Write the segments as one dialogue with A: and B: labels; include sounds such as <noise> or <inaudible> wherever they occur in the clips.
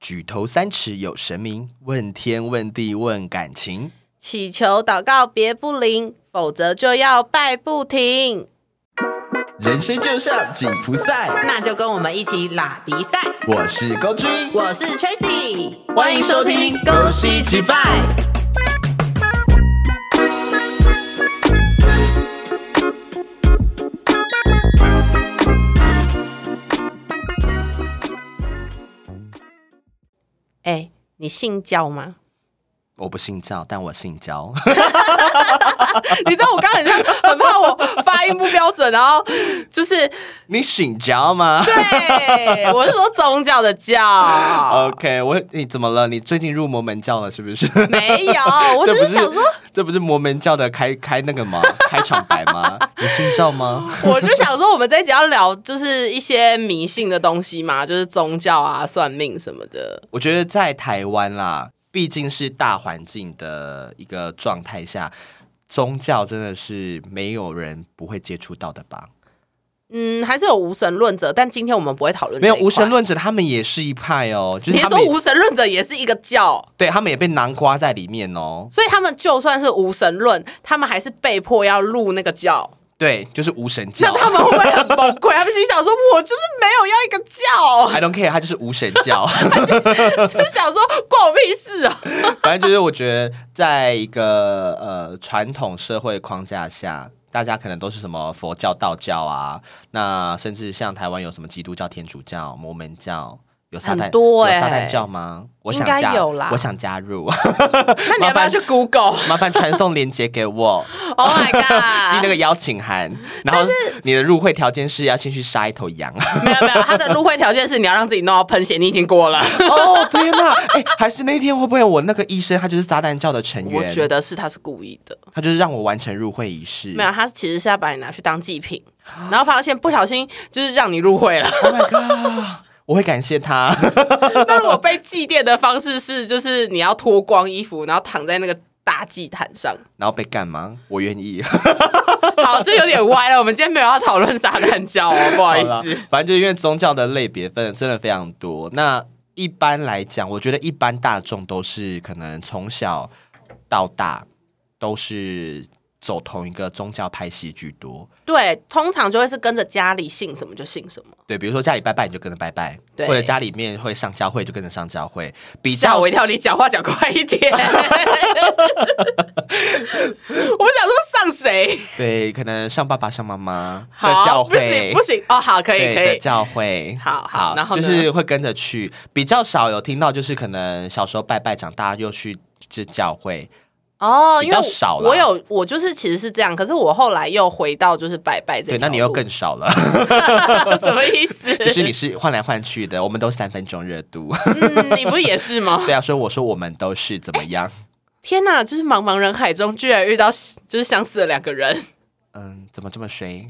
A: 举头三尺有神明，问天问地问感情。
B: 祈求祷告别不灵，否则就要拜不停。
A: 人生就像紧箍赛，
B: 那就跟我们一起拉迪赛。
A: 我是高君，
B: 我是 Tracy，
A: 欢迎收听
B: 《
A: 恭喜击败》。
B: 哎，你信教吗？
A: 我不姓赵，但我姓焦。
B: <laughs>
A: <laughs>
B: 你知道我刚刚很像很怕我发音不标准，然后就是
A: 你姓焦 <laughs> 吗
B: 对，我是说宗教的教。
A: <laughs> ？OK，我你怎么了？你最近入摩门教了是不是？
B: 没有， <laughs> 我
A: 这
B: 只
A: 不
B: 是想说，
A: 这不是摩门教的开开那个吗？开场白吗？ <laughs> 你姓赵吗？
B: 我就想说，我们这一集要聊就是一些迷信的东西嘛，就是宗教啊、算命什么的。
A: 我觉得在台湾啦，毕竟是大环境的一个状态下，宗教真的是没有人不会接触到的吧？
B: 嗯，还是有无神论者，但今天我们不会讨论
A: 没有
B: 这一
A: 无神
B: 块。
A: 论者，他们也是一派哦，就是
B: 别
A: 他
B: 说
A: 们也
B: 无神论者也是一个教，
A: 对他们也被囊括在里面哦。
B: 所以他们就算是无神论，他们还是被迫要入那个教。
A: 对，就是无神
B: 那
A: 教。
B: 他们会不会很崩溃？他们心想说：“我就是没有要一个教 <laughs>
A: I don't care，他就是无神教。，
B: 就是想说关我屁事啊
A: 反正就是我觉得，在一个呃传统社会框架下，大家可能都是什么佛教、道教啊，那甚至像台湾有什么基督教、天主教、摩门教。有撒旦
B: 很多
A: 有
B: 欸
A: 撒旦教吗？我想
B: 应该
A: 加
B: 有啦
A: 我想加入，！” <laughs>
B: 那你要不要去 Google？Oh
A: 麻烦传送链接给我，
B: my
A: 寄那
B: god！
A: 个邀请函。然后你的入会条件是要先去杀一头
B: <laughs>
A: 羊。
B: 没有没有，他的入会条件是你要让自己弄到喷血，你已经过了。
A: 哦 <laughs> 天哪！ <laughs> 哎、还是那天会不会我那个医生他就是撒旦教的成员？
B: 我觉得是他是故意的，
A: 他就是让我完成入会仪式。
B: 没有，他其实是要把你拿去当祭品，然后发现不小心就是让你入会了。
A: Oh my god！我 <laughs> 会感谢他， <laughs>
B: 那如果被祭奠的方式是，就是你要脱光衣服，然后躺在那个大祭坛上。
A: 然后被干嘛？我愿意。
B: 好，这有点歪了。我们今天没有要讨论撒旦
A: <laughs>
B: 教哦，不好意
A: 好啦
B: 思。
A: 反正就因为宗教的类别分的真的非常多。那一般来讲，我觉得一般大众都是可能从小到大都是走同一个宗教派系居多。
B: 对，通常就会是跟着家里信什么就信什么。
A: 对，比如说家里拜拜你就跟着拜拜，
B: 对
A: 或者家里面会上教会就跟着上教会，比
B: 吓
A: 较
B: 我一跳，你讲话讲快
A: <laughs>
B: 一点。我想说上谁？
A: 对，可能上爸爸上妈妈的
B: 好，
A: 教
B: 不行
A: 会
B: 不，行哦，好，可以
A: 对
B: 可
A: 的
B: 以。
A: 教会，
B: 好好然后
A: 就
B: 呢
A: 是会跟着去，比较少有听到，就是可能小时候拜拜，长大又去这教会，
B: 哦，
A: 比
B: 因为
A: 较少啦
B: 我有我就是其实是这样，可是我后来又回到就是拜拜这
A: 对，
B: 条路。
A: 那你又更少了，
B: <laughs> 什么意思？
A: 就是你是换来换去的，我们都三分钟热
B: <laughs>
A: 度，
B: 嗯，你不也是吗？
A: 对啊，所以我说我们都是怎么样？
B: 天哪，就是茫茫人海中居然遇到就是相似的两个人。 <laughs>
A: 嗯，怎么这么衰？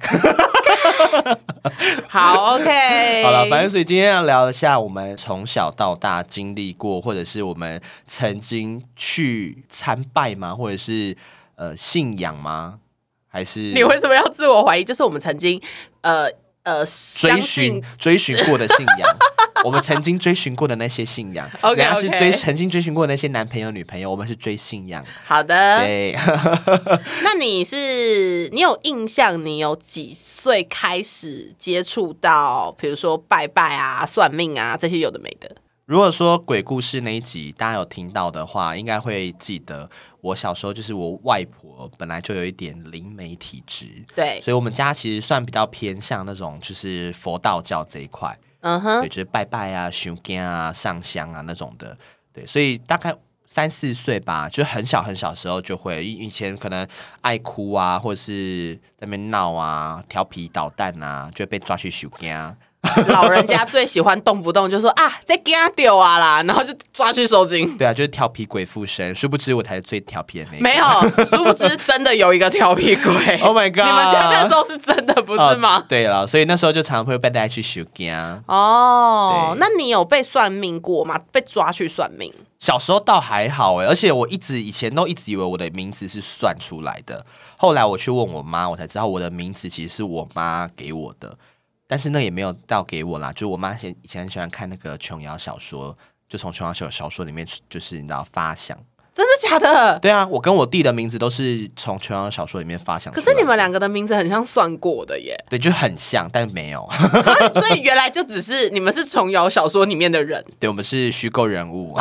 B: 好，OK，
A: 好了，反正所以今天要聊一下我们从小到大经历过，或者是我们曾经去参拜吗？或者是呃信仰吗？还是
B: 你为什么要自我怀疑？就是我们曾经呃呃
A: 追
B: 相
A: 寻
B: 信
A: 追寻过的信仰， <laughs> 我们曾经追寻过的那些信仰，人
B: <laughs> OK，
A: 家是
B: OK
A: 追曾经追寻过的那些男朋友、女朋友，我们是追信仰。
B: 好的。
A: 对，
B: 那你是你有印象？你有几岁开始接触到，比如说拜拜啊、算命啊这些有的没的？
A: 如果说鬼故事那一集大家有听到的话，应该会记得我小时候就是我外婆本来就有一点灵媒体质，
B: 对，
A: 所以我们家其实算比较偏向那种就是佛道教这一块。
B: 嗯哼
A: 对，，就是拜拜啊、修根啊、上香啊那种的。对，所以大概三四岁吧，就很小很小的时候就会，以以前可能爱哭啊，或者是在那边闹啊、调皮捣蛋啊，就会被抓去修根啊。
B: 老人家最喜欢动不动就说啊，在给他丢啊啦，然后就抓去收金。
A: 对啊，就是调皮鬼附身，殊不知我才是最调皮的那一个。
B: 没有，殊不知真的有一个调皮鬼。
A: Oh my god
B: 你们家那时候是真的不是
A: 哦
B: 吗？
A: 对了，所以那时候就常常会被带去修根啊。
B: 哦、
A: 对
B: 那你有被算命过吗？被抓去算命？
A: 小时候倒还好哎，而且我一直以前都一直以为我的名字是算出来的，后来我去问我妈，我才知道我的名字其实是我妈给我的，但是那也没有到给我啦，就我妈以前以前很喜欢看那个琼瑶小说，就从琼瑶小小说里面就是你知道发想。
B: 真的假的？
A: 对啊，我跟我弟的名字都是从琼瑶小说里面发想出来
B: 可
A: 的。
B: 是你们两个的名字很像算过的耶，
A: <laughs> 对，就很像，但没有。 <laughs>
B: 啊所以原来就只是你们是琼瑶小说里面的人
A: 对，我们是虚构人物，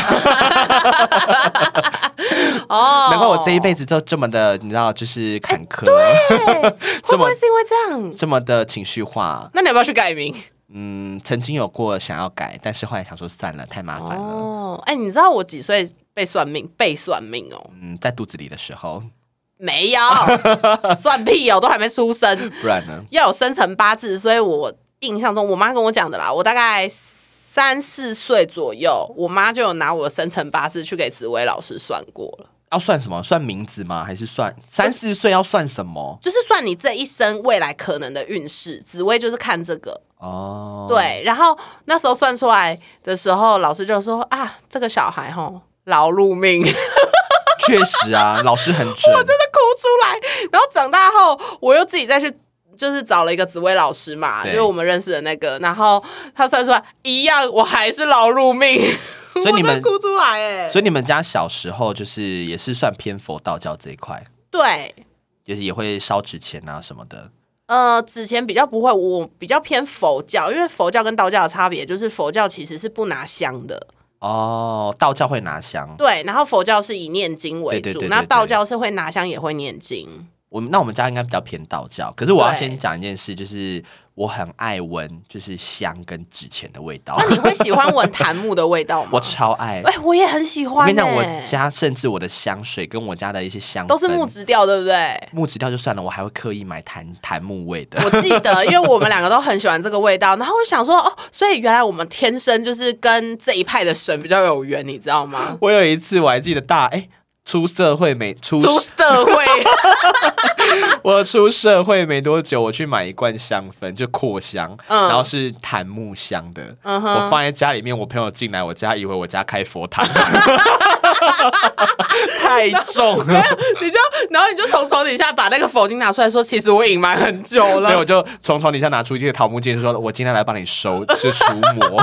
B: 哦。
A: <laughs> 难怪我这一辈子都这么的，你知道，就是坎坷，
B: 会
A: 这
B: 不
A: 么
B: 哦会是因为这
A: <laughs>
B: 样？
A: 这么的情绪化。
B: 那你要不要去改名？
A: 嗯，曾经有过想要改，但是后来想说算了，太麻烦了。
B: 哦，哎、你知道我几岁被算命？被算命哦，
A: 嗯，在肚子里的时候，
B: 没
A: <laughs>
B: 有算屁哦，都还没出生，
A: 不然呢？
B: 要有生辰八字，所以我印象中我妈跟我讲的啦，我大概。三四岁左右，我妈就有拿我的生辰八字去给紫薇老师算过了，
A: 要算什么？算名字吗？还是算三四岁要算什么？
B: 就是算你这一生未来可能的运势。紫薇就是看这个，
A: 哦，，
B: 对，然后那时候算出来的时候，老师就说啊，这个小孩吼劳碌命，真的
A: 确实
B: <laughs>
A: 啊，老师很准。
B: 哭出来。然后长大后，我又自己再去。就是找了一个紫薇老师嘛，就
A: 对
B: 是我们认识的那个，然后他算出来一样，我还是劳碌命，
A: 所以你
B: <laughs> 我真的
A: 们
B: 哭出来哎、
A: 所以你们家小时候就是也是算偏佛道教这一块，
B: 对，
A: 就是也会烧纸钱啊什么的。
B: 呃，之前比较不会，我比较偏佛教，因为佛教跟道教的差别就是佛教其实是不拿香的，
A: 哦，道教会拿香。
B: 对，然后佛教是以念经为
A: 对对
B: 主，
A: 对对
B: 那
A: 对
B: 道教是会拿香也会念经，
A: 我们那我们家应该比较偏道教，可是我要
B: 对
A: 先讲一件事，就是我很爱闻，就是香跟纸钱的味道， <laughs>
B: 你会喜欢闻檀木的味道吗？
A: 我超爱。
B: 哎、我也很喜
A: 我
B: 欢、欸。
A: 跟你讲，我家甚至我的香水跟我家的一些香
B: 都是
A: 氛
B: 木质调，对不对？
A: 木质调就算了，我还会刻意买檀檀木味的。
B: 我记得，因为我们两个都很喜欢这个味道，然后我想说，哦，所以原来我们天生就是跟这一派的神比较有缘，你知道吗？
A: 我有一次我还记得大哎、出社会没出
B: 出社会， <laughs>
A: 我出社会没多久，我去买一罐香氛，就扩香，
B: 嗯
A: 然后是檀木香的，我放在家里面。我朋友进来我家，以为我家开佛
B: <laughs>
A: 堂，太重
B: <laughs>
A: 了。
B: 你就，然后你就从床底下把那个佛经拿出来说，其实我隐瞒很久
A: 所以我
B: 了，
A: 就从床底下拿出一个桃木剑，说：“我今天来帮你收，是除魔，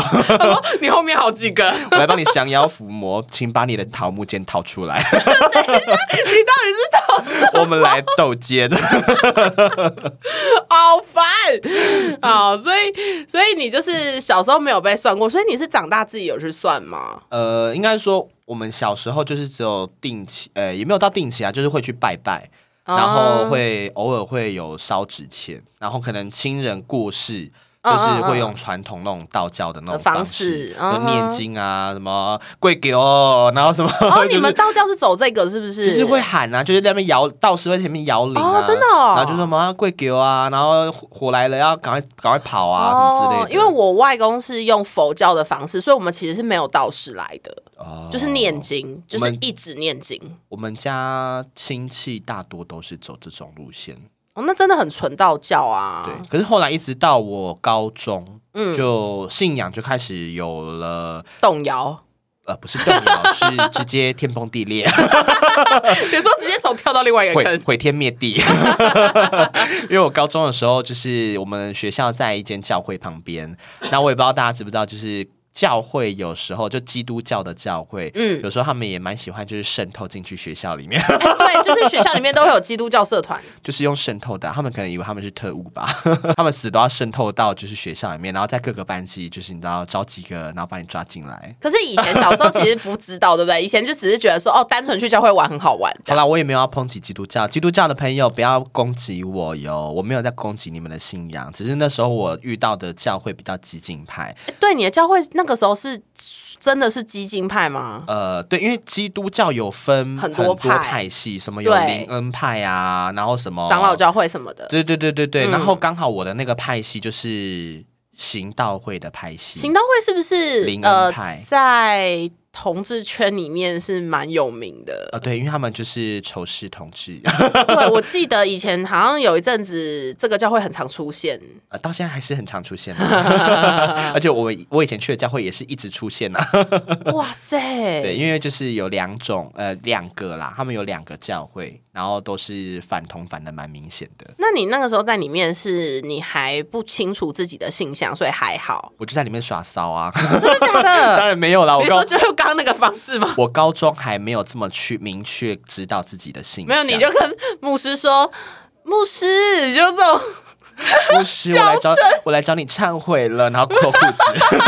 B: 你后面好几个， <laughs>
A: 我来帮你降妖伏魔，请把你的桃木剑掏出来， <laughs>
B: 你到底是
A: 我们来斗剑。
B: 好烦啊、所以，所以你就是小时候没有被算过，所以你是长大自己有去
A: <laughs>
B: 算吗？”
A: 呃，应该说我们小时候就是只有定期，呃，也没有到定期啊，就是会去拜拜。然
B: 哦
A: 后会偶尔会有烧纸钱，然后可能亲人过世，就
B: 嗯
A: 是会用传统那种道教的那种
B: 方
A: 式
B: 式，嗯
A: 就念经啊，什么跪给哦，然后什么，
B: 哦，
A: <laughs> 就是
B: 你们道教是走这个是不是？
A: 就是会喊啊，就是在那边摇，道士会前面摇铃啊，
B: 哦真的哦
A: 然后就说什么跪给啊，然后火火来了要赶快赶快跑啊，什么之类
B: 哦
A: 的，，
B: 因为我外公是用佛教的方式，所以我们其实是没有道士来的，
A: 哦
B: 就是念经，
A: 我
B: 就
A: 们
B: 是一直念经。
A: 我们家亲戚大多都是走这种路线，
B: 哦，那真的很纯道教
A: <laughs>
B: 啊！嗯
A: 对，，可是后来一直到我高中，就信仰就开始有了，
B: 动摇，
A: 呃，不是动摇，是直接天崩地裂，
B: 有时候直接手跳到另外一个
A: 毁
B: 坑。
A: 毁天灭地。 <laughs> 因为我高中的时候，就是我们学校在一间教会旁边，那我也不知道大家知不知道，就是。教会有时候就基督教的教会，嗯，有时候他们也蛮喜欢，就是渗透进去学校里面， <laughs>
B: 对，就是学校里面都会有基督教社团，
A: 就是用渗透的啊。他们可能以为他们是特务吧， <laughs> 他们死都要渗透到就是学校里面，然后在各个班级，就是你知道招几个，然后把你抓进来。
B: 可是以前小时候其实不知道，对不对？以前就只是觉得说，哦，单纯去教会玩很好
A: <laughs>
B: 玩。
A: 好啦，我也没有要抨击基督教，基督教的朋友不要攻击我哟，我没有在攻击你们的信仰，只是那时候我遇到的教会比较激进派，
B: 对，你的教会那个时候是真的是激进派吗？
A: 呃，对，因为基督教有分
B: 很
A: 多
B: 多派
A: 派系，什么有
B: 对
A: 灵恩派啊，然后什么
B: 长老，教会什么的，
A: 对对对对对，
B: 嗯
A: 然后刚好我的那个派系就是行道会的派系，
B: 行道会是不是
A: 灵恩
B: 呃
A: 派
B: 在同志圈里面是蛮有名的。
A: 呃，对，因为他们就是仇视同
B: <laughs>
A: 志，
B: 对，我记得以前好像有一阵子这个教会很常出现，
A: 呃，到现在还是很常出现的，
B: <laughs>
A: 而且我我以前去的教会也是一直出现啊。
B: 哇塞，
A: 对，因为就是有两种，呃，两个啦，他们有两个教会，然后都是反同反的蛮明显的。
B: 那你那个时候在里面是你还不清楚自己的性向，所以还好。
A: 我就在里面耍骚啊，
B: <laughs> 真的假
A: <laughs> 当
B: 的？
A: 然没有哦啦，我
B: 你
A: 高
B: 说就用刚刚那个方式吗？
A: 我高中还没有这么去明确知道自己的性向，
B: 没有，你就跟牧师说，牧师，你就这种，
A: 不是我来找我来找你忏悔了，然后扣
B: <laughs>
A: 裤子，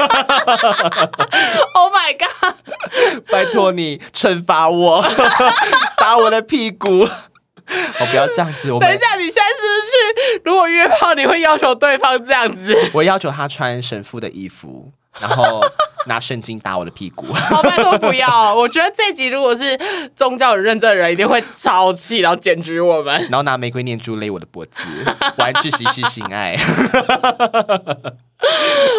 B: Oh my god！
A: 拜托你惩罚我， <laughs> 打我的屁股，我不要这样子，我
B: 等一
A: 们
B: 下，你现在是不是去？如果约炮，你会要求对方这样子？
A: 我要求他穿神父的衣服，然后拿圣经打我的屁股。
B: 好，哦拜托不要！我觉得这集如果是宗教有认证的人，一定会超气，然后检举我们。
A: 然后拿玫瑰念珠勒我的脖子，玩窒息式性爱。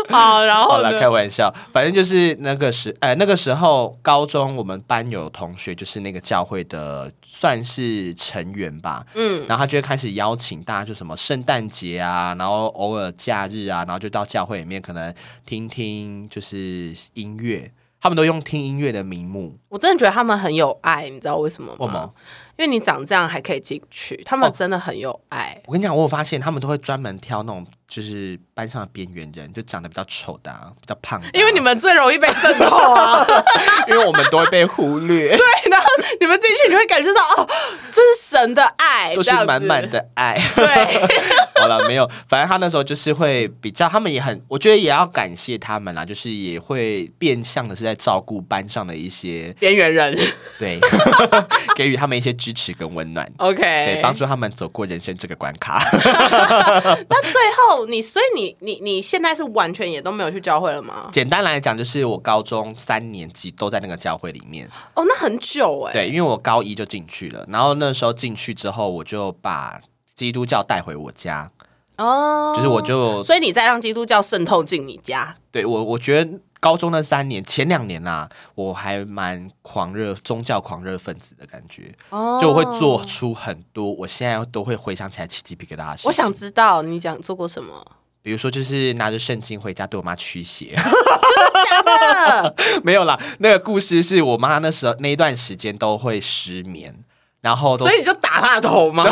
B: 好，然
A: 好
B: 后
A: 了，
B: 呢
A: 开？玩笑，反正就是那个时，呃，那个时候高中我们班有同学就是那个教会的算是成员吧，嗯，然后他就会开始邀请大家，就什么圣诞节啊，然后偶尔假日啊，然后就到教会里面可能听听就是音乐，他们都用听音乐的名目，
B: 我真的觉得他们很有爱，你知道为什么
A: 为什
B: 吗
A: 么？
B: 因为你长这样还可以进去，他们真的很有爱。
A: 我跟你讲，我有发现他们都会专门挑那种就是班上的边缘人，就长得比较丑的、啊，比较胖的啊、
B: 因为你们最容易被渗透啊，
A: 因为我们都会被忽略，
B: <laughs> 对，然后你们进去你会感受到哦，这是神的爱，
A: 都是
B: 这样子
A: 满满，的爱。
B: 对，
A: 好了，没有，反正他那时候就是会比较，他们也很，我觉得也要感谢他们啦，就是也会变相的是在照顾班上的一些，
B: 边缘人
A: 对， <laughs> 给予他们一些支持跟温暖，对，
B: ，OK，
A: 帮助他们走过人生这个关卡。 <laughs>
B: 那最后你，所以你你你现在是完全也都没有去教会了吗？
A: 简单来讲，就是我高中三年级都在那个教会里面，
B: 哦，那很久哎、
A: 对，因为我高一就进去了，然后那时候进去之后，我就把基督教带回我家，
B: 哦，
A: 就是我就
B: 所以你再让基督教渗透进你家，
A: 对我，我觉得高中那三年，前两年啦、啊我还蛮狂热宗教狂热分子的感觉，
B: 哦
A: 就我会做。出很多，我现在都会回想起来起鸡皮疙瘩的事情。
B: 我想，知道你讲做过什么？ <laughs>
A: 比如说就是拿着圣经回家对我妈驱邪，
B: 假的？ <laughs>
A: 没有啦，那个故事是我妈那时候那一段时间都会失眠，然后都
B: 所以你就打他的头吗？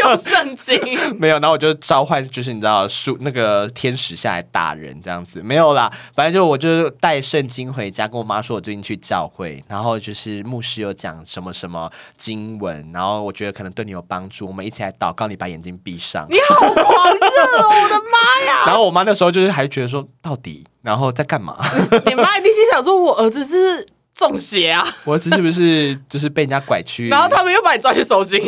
B: 用圣经。
A: 没有，然后我就召唤，就是你知道树那个天使下来打人这样子，没有啦。反正就我就是带圣经回家，跟我妈说我最近去教会，然后就是牧师有讲什么什么经文，然后我觉得可能对你有帮助，我们一起来祷告，你把眼睛闭 <laughs> 上。
B: 你好狂热哦！我的妈呀！
A: 然后我妈那时候就是还觉得说到底，然后在干嘛？
B: 你妈一定心想说：“我儿子是中邪啊
A: <laughs> 我儿子是不是就是被人家拐！”去？
B: 然后他们又把你抓去收金。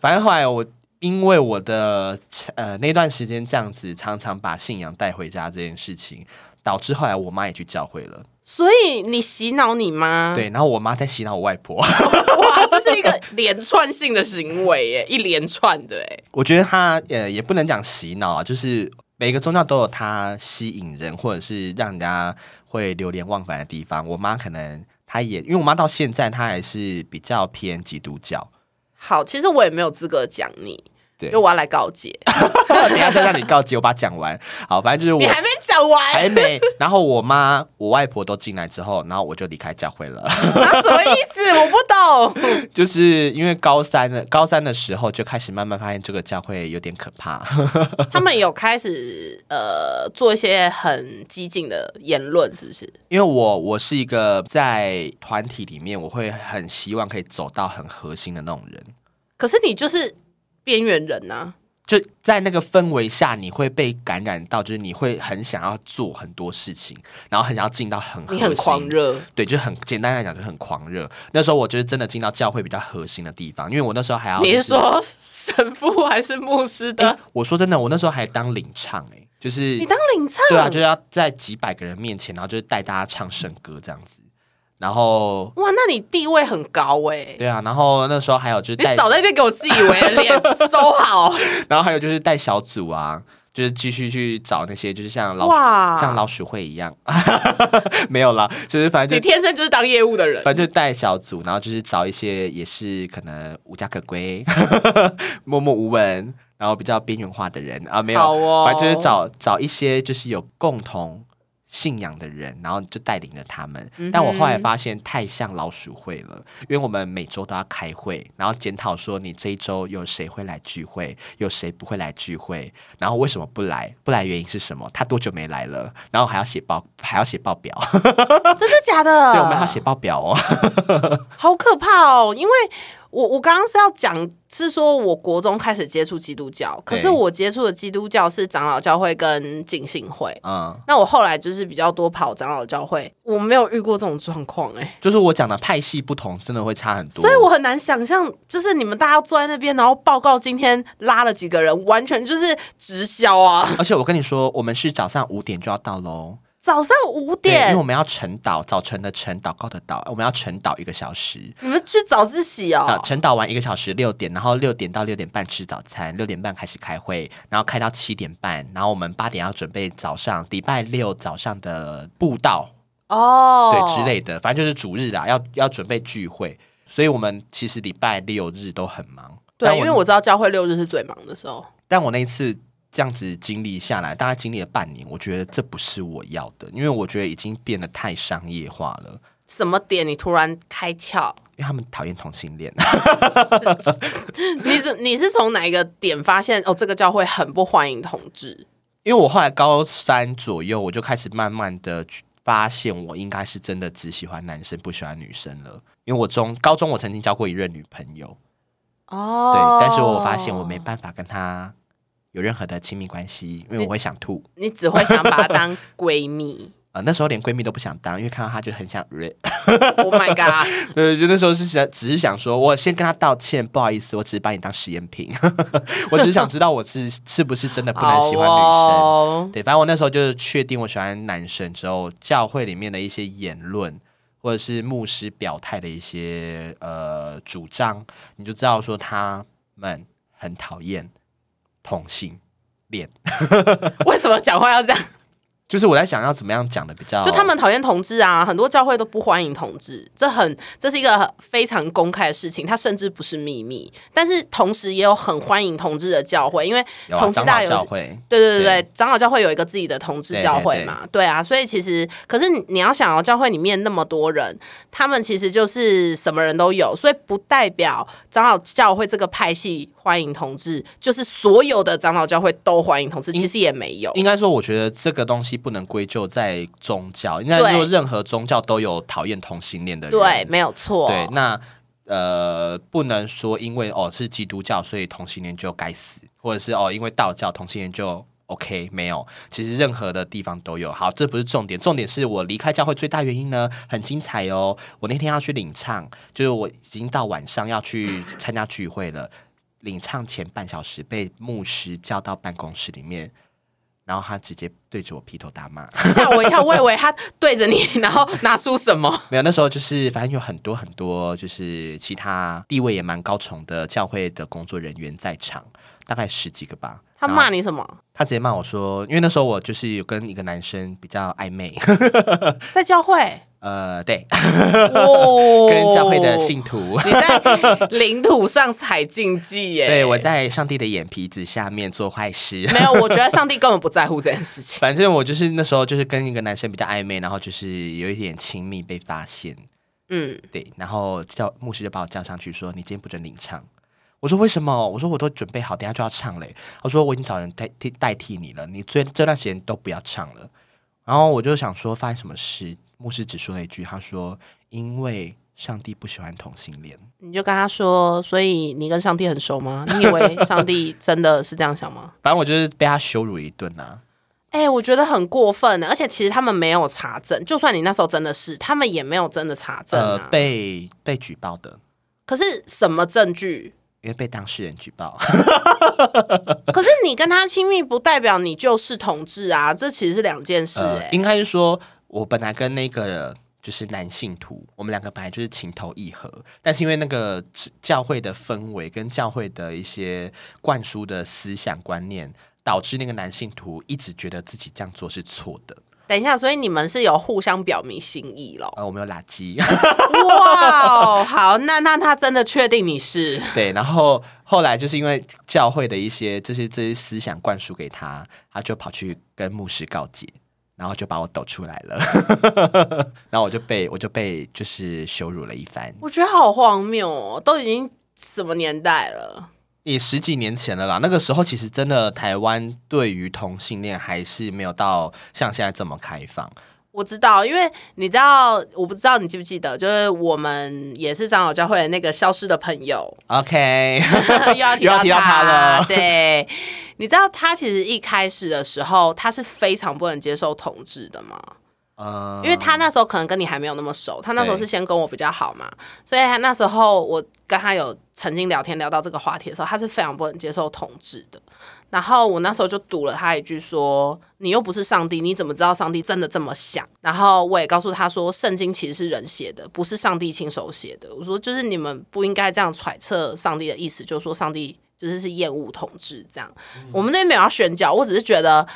A: 反正后来我因为我的呃那段时间这样子，常常把信仰带回家这件事情，导致后来我妈也去教会了。
B: <laughs> 所以你洗脑你妈，
A: 对，然后我妈在洗脑我外婆， <laughs>
B: 哇，这是一个连串性的行为耶，一连串的哎。
A: 我觉得她呃也不能讲洗脑啊，就是每个宗教都有它吸引人或者是让人家会流连忘返的地方。我妈可能她也因为我妈到现在她还是比较偏基督教，
B: 好，其实我也没有资格讲你，
A: 对
B: 因为我要来告解，
A: <laughs> 等一下再让你告诫我把它讲完。好，反正就是
B: 你
A: 我
B: 还没讲完，
A: 还没，然后我妈我外婆都进来之后，然后我就离开教会了。 <laughs>
B: 那什么意思？我不 <laughs> 懂。
A: 就是因为高三的高三的时候就开始慢慢发现这个教会有点可怕，
B: 他们有开始呃做一些很激进的言论，是不是？
A: 因为我我是一个在团体里面，我会很希望可以走到很核心的那种人，
B: 可是你就是边缘人啊呐、
A: 就在那个氛围下，你会被感染到，就是你会很想要做很多事情，然后很想要进到很核
B: 你
A: 心
B: 很狂。热。
A: 对，就很简单来讲，就很狂热。那时候我就是真的进到教会比较核心的地方，因为我那时候还要、
B: 你
A: 就是
B: 说神父还是牧师的？
A: 我说真的，我那时候还当领唱哎、就是
B: 你当领唱？
A: 对啊，就要在几百个人面前，然后就是带大家唱圣歌这样子。然后
B: 哇，那你地位很高哎、
A: 对啊，然后那时候还有就是
B: 你
A: 带， <laughs>
B: 少在那边给我自以为的脸收好，
A: 然后还有就是带小组啊，就是继续去找那些就是像老
B: 哇
A: 像老鼠会一样， <laughs> 没有啦，就是反正
B: 你
A: 就
B: 天生就是当业务的人，
A: 反正就带小组，然后就是找一些也是可能无家可归、 <laughs> 默默无闻，然后比较边缘化的人啊，没有，
B: 好哦
A: 反正就是找找一些就是有共同信仰的人，然后就带领着他们。
B: 嗯
A: 但我后来发现太像老鼠会了，因为我们每周都要开会，然后检讨说你这一周有谁会来聚会，有谁不会来聚会，然后为什么不来，不来原因是什么，他多久没来了，然后还要写报，还要写报表，
B: 真的假的？
A: 对，我们还要写报表哦。
B: 好可怕哦！因为我我刚刚是要讲，是说我国中开始接触基督教，可是
A: 对
B: 我接触的基督教是长老教会跟浸信会。
A: 嗯，
B: 那我后来就是比较多跑长老教会，我没有遇过这种状况哎、
A: 就是我讲的派系不同，真的会差很多。
B: 所以我很难想象，就是你们大家坐在那边，然后报告今天拉了几个人，完全就是直销啊！
A: 而且我跟你说，我们是早上五点就要到喽，
B: 早上五
A: 对，因
B: 点
A: 为我，们要晨祷，早晨的晨，祷告的祷，我们要晨祷一个小时。
B: 你们去早自习
A: 啊、
B: 哦，
A: 晨祷完一个小时，六点，然后六点到六点半吃早餐，六点半开始开会，然后开到七点半，然后我们八点要准备早上礼拜六早上的布道，
B: 哦，
A: 对之。类的，反正就是主日啊，要要准备聚会，所以我们其实礼拜六日都很忙。但
B: 对，因为我知道教会六日是最忙的时候。
A: 但我那一次这样子经历下来，大概经历了半年，我觉得这不是我要的，因为我觉得已经变得太商业化了。
B: 什么点你突然开 <laughs> 窍？
A: 因为他们讨厌同性恋，
B: 你是你是从哪一个点发现哦？这个教会很不欢迎同志
A: 因为我后来高三左右，我就开始慢慢的发现，我应该是真的只喜欢男生，不喜欢女生了。因为我中高中我曾经交过一任女朋友，对，
B: 哦
A: 但是我发现我没办法跟她有任何的亲密关系，因为我会想吐
B: 你只会想把她当闺 <laughs> 蜜。
A: 啊、呃那时候连闺蜜都不想当，因为看到她就很想
B: oh my god！
A: <laughs> 对，就那时候是想，只是想说，我先跟他道歉，不好意思，我只是把你当实验品， <laughs> 我只是想知道我是是不是真 <laughs> 的不能喜欢女生。
B: 好 <laughs> 哦
A: 对，反正我那时候就是确定我喜欢男生之后，教会里面的一些言论或者是牧师表态的一些呃主张，你就知道说他们很讨厌同性恋。
B: 为什么讲话要这样？
A: 就是我在想要怎么样讲的比较，
B: 就他们讨厌同志啊，很多教会都不欢迎同志，这很这是一个非常公开的事情，它甚至不是秘密。但是同时也有很欢迎同志的教会，因为
A: 有啊
B: 同志
A: 长
B: 大
A: 老
B: 有
A: 教会，
B: 对对对
A: 对
B: 对，长老教会有一个自己的同志教会嘛，对啊，所以其实，可是你你要想哦，教会里面那么多人，他们其实就是什么人都有，所以不代表长老教会这个派系欢迎同志，就是所有的长老教会都欢迎同志，其实也没有。
A: 应该说，我觉得这个东西不能归咎在宗教，应该
B: 对
A: 说任何宗教都有讨厌同性恋的人。
B: 对，没有错。
A: 对那呃，不能说因为哦是基督教，所以同性恋就该死，或者是哦因为道教同性恋就 OK 没有。其实任何的地方都有。好，这不是重点，重点是我离开教会最大原因呢，很精彩哦。我那天要去领唱，就是我已经到晚上要去参加聚会了。领唱前半小时被牧师叫到办公室里面，然后他直接对着我劈头大骂。
B: <laughs> 吓我一跳，我以为他对着你，然后拿出
A: <laughs>
B: 什么？
A: 没有，那时候就是反正有很多很多，就是其他地位也蛮高崇的教会的工作人员在场，大概十几个吧。
B: 他
A: 然后
B: 骂你什么？
A: 他直接骂我说，因为那时候我就是有跟一个男生比较暧昧， <laughs>
B: 在教会？
A: 呃，对，<laughs>
B: 哦
A: 跟教会的信徒。
B: 你在领土上踩禁忌哦耶？
A: <laughs> 对，我在上帝的眼皮子下面做坏事。
B: 没有，我觉得上帝根本不在乎这件
A: <laughs>
B: 事情。
A: 反正我就是那时候就是跟一个男生比较暧昧，然后就是有一点亲密被发现，
B: 嗯，
A: 对，然后叫牧师就把我叫上去说：“你今天不准领唱。”我说：“为什么？”我说：“我都准备好，等一下就要唱嘞。”他说：“我已经找人代替代替你了，你这这段时间都不要唱了。”然后我就想说发生什么事，牧师只说了一句：“他说因为上帝不喜欢同性恋。
B: 你就跟他说，所以你跟上帝很熟吗？你以为上帝真的是这样想
A: <laughs>
B: 吗？”
A: 反正我就是被他羞辱一顿啊！
B: 哎、我觉得很过分啊而且其实他们没有查证，就算你那时候真的是，他们也没有真的查证
A: 呃
B: 啊。，
A: 被被举报的，
B: 可是什么证据？
A: 因为被当事人举报。
B: 可是你跟他亲密，不代表你就是同志啊，这其实是两件事、
A: 呃
B: 哎、
A: 应该是说我本来跟那个就是男性徒，我们两个本来就是情投意合，但是因为那个教会的氛围跟教会的一些灌输的思想观念。导致那个男信徒一直觉得自己这样做是错的。
B: 等一下，所以你们是有互相表明心意咯。 <laughs>
A: 呃，我没有垃圾，
B: 哇哦，好，那那他真的确定你是
A: <laughs> 对。然后后来就是因为教会的一些这些这些思想灌输给他，他就跑去跟牧师告解，然后就把我抖出来了， <laughs> 然后我就被我就被就是羞辱了一番。
B: <laughs> 我觉得好荒谬哦，都已经什么年代了？
A: 也十几年前了啦，那个时候其实真的台湾对于同性恋还是没有到像现在这么开放。
B: 我知道，因为你知道，我不知道你记不记得，就是我们也是长老教会的那个消失的朋友， <laughs>
A: OK， <laughs>
B: 又要提
A: 又
B: 到
A: 要提到他了
B: <laughs> 对，你知道他其实一开始的时候，他是非常不能接受同志的嘛，
A: 呃，
B: 因为他那时候可能跟你还没有那么熟，他那时候
A: 对
B: 是先跟我比较好嘛，所以他那时候我跟他有曾经聊天聊到这个话题的时候，他是非常不能接受同志的。然后我那时候就堵了他一句说：“你又不是上帝，你怎么知道上帝真的这么想？”然后我也告诉他说：“圣经其实是人写的，不是上帝亲手写的。”我说：“就是你们不应该这样揣测上帝的意思，就是说上帝就是是厌恶同志这样。我们那边没有要宣教，我只是觉得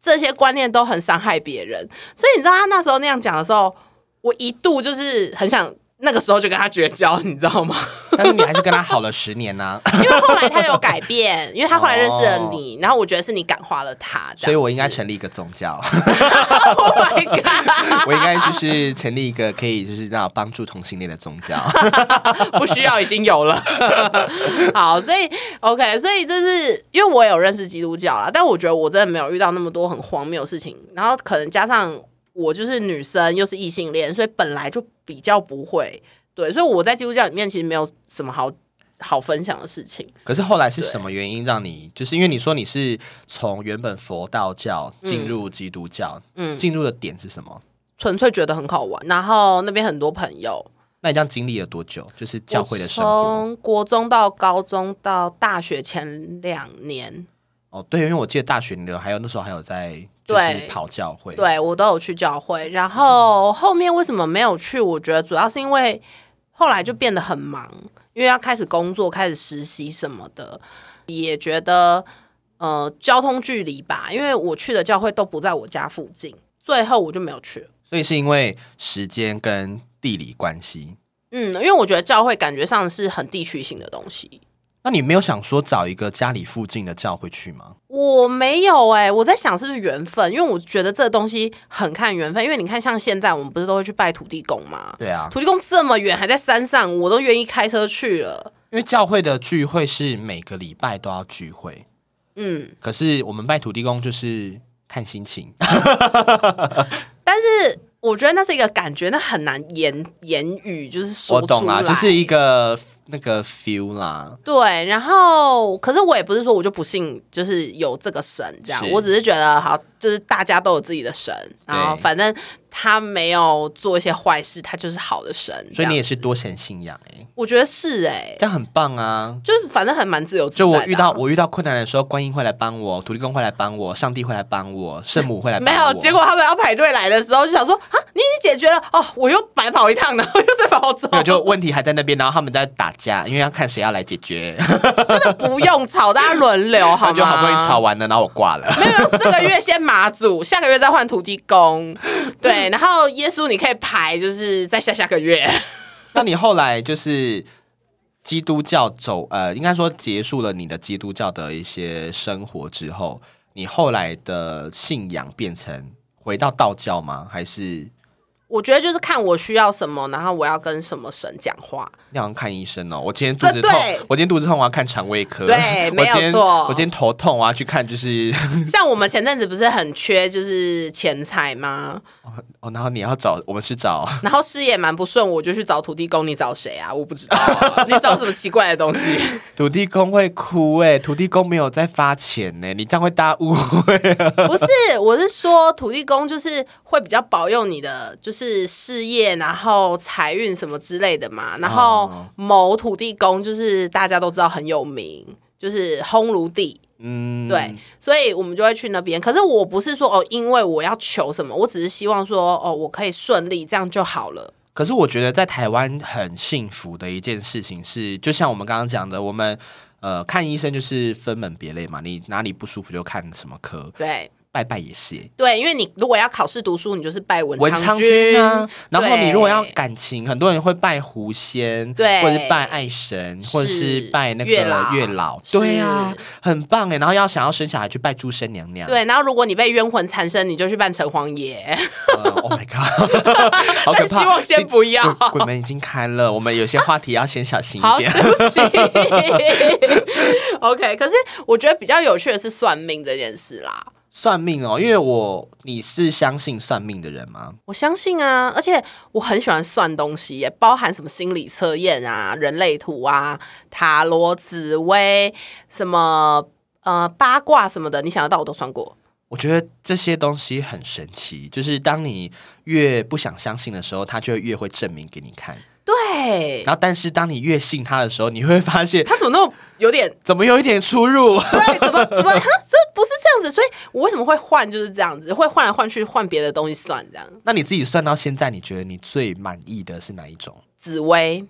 B: 这些观念都很伤害别人。所以你知道他那时候那样讲的时候，我一度就是很想那个时候就跟他绝交，你知道吗？
A: 但是你还是跟他好了十年
B: <laughs>
A: 呐、
B: 因为后来他有改变，因为他后来认识了 <laughs> 你，然后我觉得是你感化了他，这样
A: 所以我应该
B: <laughs>
A: 成立一个宗教， <laughs>
B: Oh my god，
A: 我应该就是成立一个可以就是那种帮助同性恋的宗教。 <laughs>
B: 不需要已经有了。好，所以 OK，所以这是因为我有认识基督教啦，但我觉得我真的没有遇到那么多很荒谬的事情，然后可能加上我就是女生又是异性恋，所以本来就比较不会对，所以我在基督教里面其实没有什么好好分享的事情。
A: 可是后来是什么原因让你就是因为你说你是从原本佛道教进入基督教，
B: 嗯
A: 进入的点是什么？
B: 纯粹觉得很好玩，然后那边很多朋友，
A: 那你这样经历了多久？就是教会的生
B: 我
A: 活
B: 从国中到高中到大学前两年，
A: 哦，对，因为我记得大学你的还有那时候还有在就是
B: 对
A: 跑教会，
B: 对我都有去教会。然后后面为什么没有去？我觉得主要是因为后来就变得很忙，因为要开始工作、开始实习什么的，也觉得呃交通距离吧，因为我去的教会都不在我家附近，最后我就没有去了。
A: 所以是因为时间跟地理关系。
B: 嗯，因为我觉得教会感觉上是很地区性的东西，
A: 那你没有想说找一个家里附近的教会去吗？
B: 我没有哎、我在想是不是缘分，因为我觉得这东西很看缘分。因为你看，像现在我们不是都会去拜土地公吗？
A: 对啊，
B: 土地公这么远，还在山上，我都愿意开车去了。
A: 因为教会的聚会是每个礼拜都要聚会，
B: 嗯，
A: 可是我们拜土地公就是看心情。
B: 但是我觉得那是一个感觉，那很难言言语就是 <laughs> 说
A: 我
B: 出来。
A: 懂啦，就是一个那个 feel 啦。
B: 对，然后可是我也不是说我就不信，就是有这个神这样，
A: 是
B: 我只是觉得好，就是大家都有自己的神，然后
A: 对
B: 反正他没有做一些坏事，他就是好的神。这
A: 所以
B: 样
A: 你也是多神信仰哎、
B: 我觉得是哎、
A: 这样很棒啊！
B: 就是反正还蛮自由自在
A: 就
B: 的啊、
A: 我遇到我遇到困难的时候，观音会来帮我，土地公会来帮我，上帝会来帮我，圣母会来帮
B: <laughs> 没
A: 我。
B: 有，结果他们要排队来的时候，就想说啊，你已经解决了哦，我又白跑一 <laughs> 趟，然后又再跑走
A: 没，有就问题还在那边，然后他们在打架，因为要看谁要来解决。
B: 不用吵，大家轮 <laughs> 流
A: 那
B: 好
A: <laughs>
B: 吗？
A: 就好不容易吵。完了，然后我挂了。 <laughs>
B: 没有，这个月先马祖，下个月再换土地 <laughs> 公。对，然后耶稣你可以排，就是在下下个月。
A: 那你后来就是基督教走呃，应该说结束了你的基督教的一些生活之后，你后来的信仰变成回到道教吗？还是
B: <laughs> 我觉得就是看我需要什么，然后我要跟什么神讲 <laughs> 话。
A: 你好像看医生哦？我今天肚
B: 这
A: 子痛
B: 对，
A: 我今天肚子痛，我要看肠胃科。
B: 对没
A: <laughs> 我
B: 有
A: 今天
B: 错
A: 我今天头痛，我要去看就是 <laughs>
B: 像我们前阵子不是很缺就是钱财吗？
A: 哦，然后你要找我们是找
B: 然后事业蛮不顺，我就去找土地公。你找谁啊？我不知道啊、 <laughs> 你找什么奇怪的东西？
A: 土地公会哭哎、土地公没有在发钱呢、你这样会大家误 <laughs> 会。
B: <laughs> 不是，我是说土地公就是会比较保佑你的，就是事业，然后财运什么之类的嘛。然后
A: 哦
B: 某土地公就是大家都知道很有名，就是烘炉地。
A: 嗯，
B: 对，所以我们就会去那边。可是我不是说哦，因为我要求什么，我只是希望说哦，我可以顺利，这样就好了。
A: 可是我觉得在台湾很幸福的一件事情是，就像我们刚刚讲的，我们呃，看医生就是分门别类嘛，你哪里不舒服就看什么科，
B: 对
A: 拜拜也是耶。
B: 对，因为你如果要考试读书，你就是拜文
A: 文
B: 昌
A: 昌
B: 君，
A: 君啊，然后你如果要
B: 对
A: 感情，很多人会拜狐仙，
B: 对
A: 或者是拜爱神，或者是拜那个
B: 月老
A: 月老，对啊
B: 是，
A: 很棒哎。然后要想要生小孩，去拜诸生娘娘。
B: 对，然后如果你被冤魂缠身，你就去扮城隍爷。
A: 呃 Oh my
B: <laughs>
A: god，好可
B: 但
A: 怕！
B: 希望先不要
A: 鬼鬼门已经开了，我们有些话题要先小心一
B: 好，对
A: 点。
B: 不 <laughs> 起。OK，可是我觉得比较有趣的是算命这件事啦。
A: 算命哦，因为我你是相信算命的人吗？
B: 我相信啊，而且我很喜欢算东西耶，包含什么心理测验啊、人类图啊、塔罗、紫薇，什么呃八卦什么的，你想得到我都算过。
A: 我觉得这些东西很神奇，就是当你越不想相信的时候，它就越会证明给你看。
B: 对，
A: 然后，但是当你越信它的时候，你会发现
B: 他怎么那么有点
A: 怎么有一点出入。
B: <laughs> 对，怎么怎 <laughs> 么哈这不是这样子？所以我为什么会换就是这样子，会换来换去换别的东西算这样。
A: 那你自己算到现在，你觉得你最满意的是哪一种？
B: 紫薇，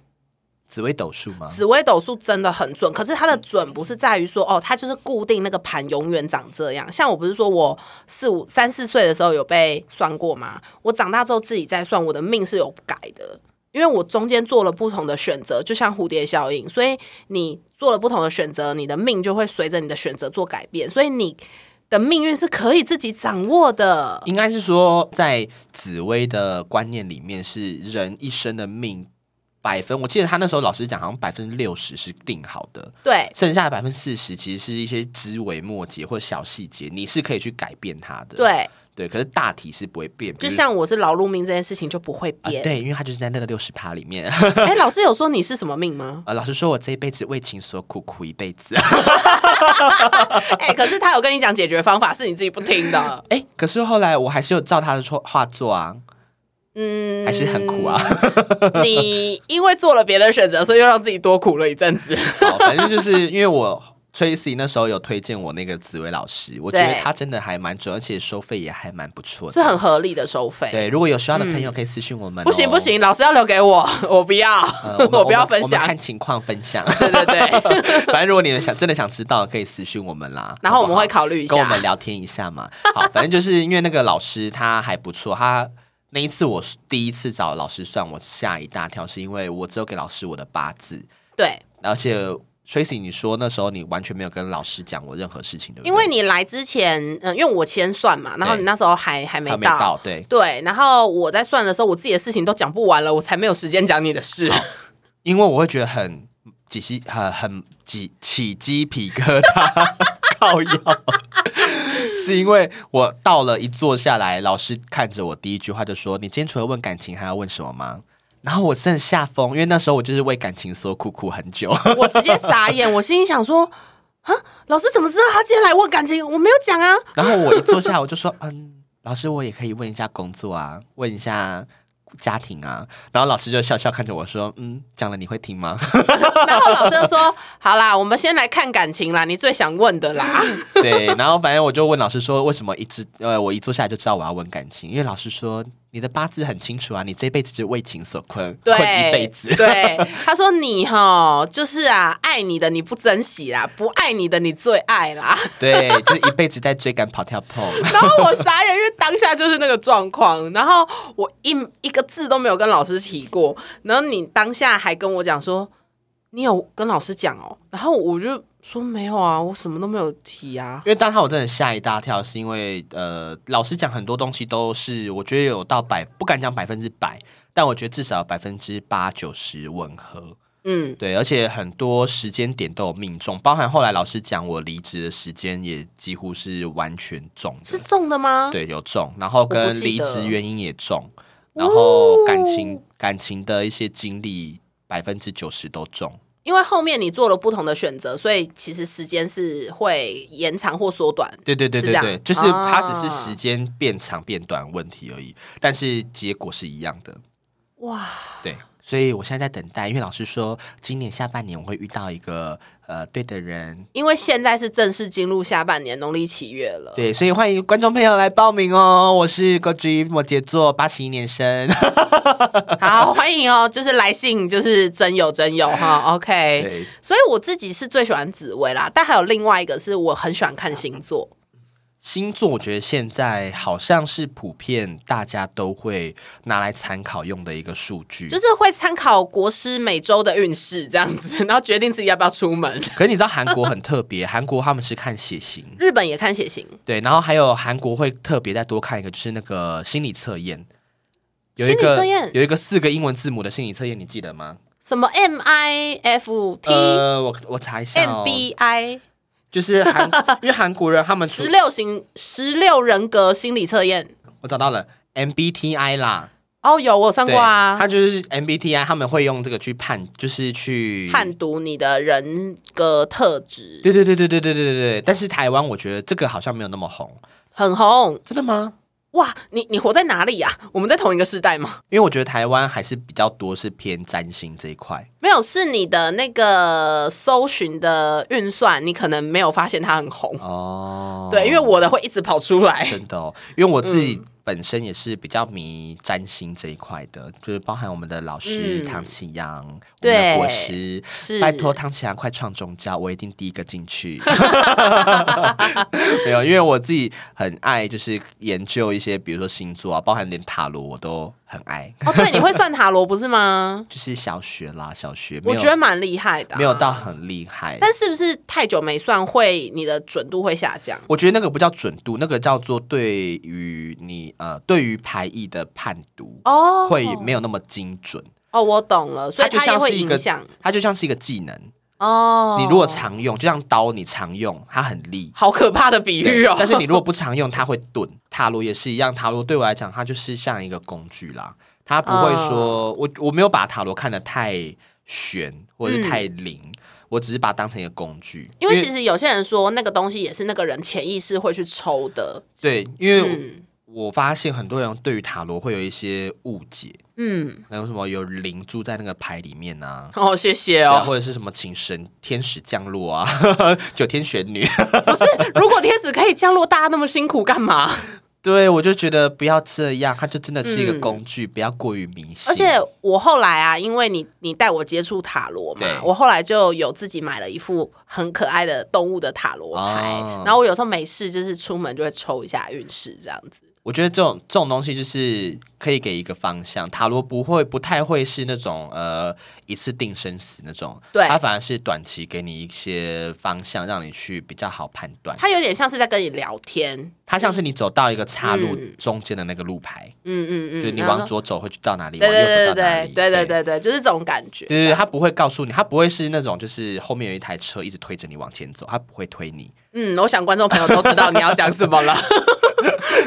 A: 紫微斗数吗？
B: 紫薇斗数真的很准，可是它的准不是在于说哦，它就是固定那个盘永远长这样。像我不是说我四五三四岁的时候有被算过吗？我长大之后自己再算，我的命是有改的，因为我中间做了不同的选择，就像蝴蝶效应，所以你做了不同的选择，你的命就会随着你的选择做改变，所以你的命运是可以自己掌握的。
A: 应该是说，在紫薇的观念里面，是人一生的命百分。我记得他那时候老师讲，好像百分之六十是定好的，
B: 对，
A: 剩下的百分之四十其实是一些枝微末节或小细节，你是可以去改变它的。
B: 对，
A: 对，可是大体是不会变。比
B: 就
A: 如
B: 像我是劳碌命这件事情就不会
A: 嗯啊、
B: 变。
A: 对，因为他就是在那个六十趴里面。？
B: 哎、老师有说你是什么命吗
A: 呃，老师说我这一辈子为情所苦，苦一辈子。 <laughs>
B: 哎、可是他有跟你讲解决方法，是你自己不
A: <laughs>
B: 听的。
A: 哎、可是后来我还是有照他的说话做啊，
B: 嗯，
A: 还是很苦啊。
B: 你因为做了别的选择，所以又让自己多苦了一阵
A: <laughs>
B: 子。
A: 好反正就是因为我 Tracy 那时候有推荐我那个紫薇老师，我觉得
B: 对
A: 他真的还蛮准，而且收费也还蛮不错
B: 是
A: 的。
B: 很合理的收费。
A: 对，如果有需要的朋友可以私信我们、哦
B: 不行不，行，老师要留给我，我不要，
A: 呃、
B: <laughs> 我
A: 们
B: 不要分
A: 我们
B: 享。
A: 看情况分享。 <laughs>
B: 对对对，
A: 反正如果你们想真的想知道，可以私信我们啦。
B: 然后我
A: 好不
B: 们
A: 好
B: 会考虑一
A: 跟我
B: 下。
A: 们聊天一下嘛。好，反正就是因为那个老师他还不错，他那一次我第一次找老师算，我吓一大跳，是因为我只有给老师我的八字，
B: 对，
A: 而且 Tracy 你说那时候你完全没有跟老师讲我任何事情，对不对？
B: 因为你来之前，嗯、因为我先算嘛，然后你那时候还还没
A: 还没到，对，
B: 对，然后我在算的时候，我自己的事情都讲不完了，我才没有时间讲你的事。
A: 哦因为我会觉得很起鸡很很起起鸡皮疙瘩， <laughs> 靠腰。 <laughs> 是因为我到了一坐下来，老师看着我，第一句话就说：“你今天除了问感情，还要问什么吗？”然后我真的吓疯，因为那时候我就是为感情所苦苦很久。
B: 我直接傻眼，我心里想说，啊，老师怎么知道他今天来问感情？我没有讲啊。
A: 然后我一坐下来，我就说：“ <laughs> 嗯，老师，我也可以问一下工作啊，问一下家庭啊。”然后老师就笑笑看着我说：“嗯，讲了你会听吗？” <laughs>
B: <laughs> 然后老师就说，好啦，我们先来看感情啦，你最想问
A: <laughs>
B: 的啦。
A: 对，然后反正我就问老师说，为什么一直呃，我一坐下来就知道我要问感情，因为老师说你的八字很清楚啊，你这辈子就为情所困，
B: 对，
A: 困一辈子。
B: 对，他说你哈，就是啊，爱你的你不珍惜啦，不爱你的你最
A: <laughs>
B: 爱啦。
A: 对，就是一辈子在追赶跑跳碰。 <laughs>
B: 然后我傻眼，因为当下就是那个状况，然后我一一个字都没有跟老师提过，然后你当下还跟我讲说，你有跟老师讲哦，然后我就说没有啊，我什么都没有提啊，
A: 因为当他我真的吓一大跳，是因为呃，老师讲很多东西都是我觉得有到百，不敢讲百分之百，但我觉得至少有百分之八九十吻合。
B: 嗯，
A: 对，而且很多时间点都有命中，包含后来老师讲我离职的时间也几乎是完全中的。
B: 是中的吗？
A: 对，有中，然后
B: 不
A: 跟
B: 记
A: 离
B: 得哦
A: 职原因也中，然后感情、感情的一些经历百分之九十都中。
B: 因为后面你做了不同的选择，所以其实时间是会延长或缩短。
A: 对对对
B: 是
A: 对
B: 这
A: 对，
B: 样
A: 就是它只是
B: 啊
A: 时间变长变短问题而已，但是结果是一样的。
B: 哇，
A: 对，所以我现在在等待，因为老师说今年下半年我会遇到一个呃对的人，
B: 因为现在是正式进入下半年农历七月了，
A: 对，所以欢迎观众朋友来报名哦。我是郭菊，摩羯座，八十一年
B: <laughs>
A: 生。
B: <laughs> 好欢迎哦，就是来信就是真有真有
A: <laughs>
B: 哈，OK。
A: 对，
B: 所以我自己是最喜欢紫薇啦，但还有另外一个是我很喜欢看星座，
A: 星座我觉得现在好像是普遍大家都会拿来参考用的一个数据，
B: 就是会参考国师每周的运势这样子，然后决定自己要不要出门。
A: 可是你知道韩国很特别， <laughs> 韩国他们是看血型，
B: 日本也看血型，
A: 对，然后还有韩国会特别再多看一个，就是那个心理测验，有一
B: 心理
A: 个
B: 测验
A: 有一个四个英文字母的心理测验，你记得吗？
B: 什么 MIFT、
A: 呃，我我查一下、哦、
B: MBI
A: 就是韩， <laughs> 因为韩国人他们除
B: 十六型十六人格心理测验。
A: 我找到了 MBTI 啦，
B: 哦，有我有算
A: 对，
B: 过啊，
A: 他就是 MBTI，他们会用这个去判，就是去
B: 判读你的人格特质
A: 对对对对对对对对对，但是台湾我觉得这个好像没有那么红，
B: 很红
A: 真的吗？
B: 哇！你你活在哪里呀、啊我们在同一个时代吗？ <laughs>
A: 因为我觉得台湾还是比较多是偏占星这一块，
B: 没有，是你的那个搜寻的运算，你可能没有发现它很红。
A: 哦
B: 对，因嗯为我的会一直跑出来。
A: <laughs> 真的哦，因为我自己本身也是比较迷占星这一块的，就是包含我们的老师
B: 嗯
A: 唐启阳，我们
B: 对
A: 的国师，
B: 是，
A: 拜托唐启阳快创宗教，我一定第一个进去。 <laughs> 没有，因为我自己很爱，就是研究一些，比如说星座啊，包含连塔罗我都很爱，
B: 哦，对，你会算塔罗不是吗？
A: 就是小学啦，小学 <laughs> 没
B: 我
A: 有
B: 觉得蛮厉害的啊、
A: 没有到很厉害。
B: 但是不是太久没算会，你的准度会下降？
A: 我觉得那个不叫准度，那个叫做对于你呃对于牌意的判读
B: 哦，
A: 会没有那么精准，
B: 哦，我懂了，所以
A: 就
B: 它也
A: 像
B: 会
A: 是一
B: 影
A: 个
B: 响
A: 它就像是一个技能，
B: 哦。
A: 你如果常用，就像刀你常用，它很利。
B: 好可怕的比喻
A: 对
B: <laughs> 哦，
A: 但是你如果不常用，它会钝。塔罗也是一样，塔罗对我来讲，它就是像一个工具啦，它不会说、
B: 哦
A: 我我没有把塔罗看得太玄或者是太灵，我只是把它当成一个工具。
B: 嗯因为其实有些人说那个东西也是那个人潜意识会去抽的，
A: 对，因为
B: 嗯
A: 我发现很多人对于塔罗会有一些误解，
B: 嗯，
A: 还有什么有灵住在那个牌里面啊。
B: 哦，谢谢
A: 对啊
B: 哦。
A: 或者是什么请神天使降落啊， <laughs> 九天玄女， <laughs>
B: 不是，如果天使可以降落，大家那么辛苦干
A: <laughs>
B: 嘛？
A: 对我就觉得不要这样，它就真的是一个
B: 嗯
A: 工具，不要过于迷信。
B: 而且我后来啊，因为你你带我接触塔罗嘛
A: 对，
B: 我后来就有自己买了一副很可爱的动物的塔罗牌，
A: 哦
B: 然后我有时候没事就是出门就会抽一下运势这样子。
A: 我觉得这种这种东西就是可以给一个方向，塔罗不会不太会是那种呃一次定生死那种，
B: 对
A: 它反而是短期给你一些方向，让你去比较好判断。
B: 它有点像是在跟你聊天，
A: 它像是你走到一个岔路
B: 嗯
A: 中间的那个路牌，
B: 嗯嗯嗯，
A: 就是你
B: 然后
A: 往左走会去到哪里，
B: 对
A: 往
B: 对
A: 右
B: 对
A: 走到哪里，
B: 对对对
A: 对。
B: 对对，就是这种感觉。
A: 对对对，它不会告诉你，它不会是那种就是后面有一台车一直推着你往前走，它不会推你。
B: 嗯，我想观众朋友都知哦道你要讲 <laughs> 什么了。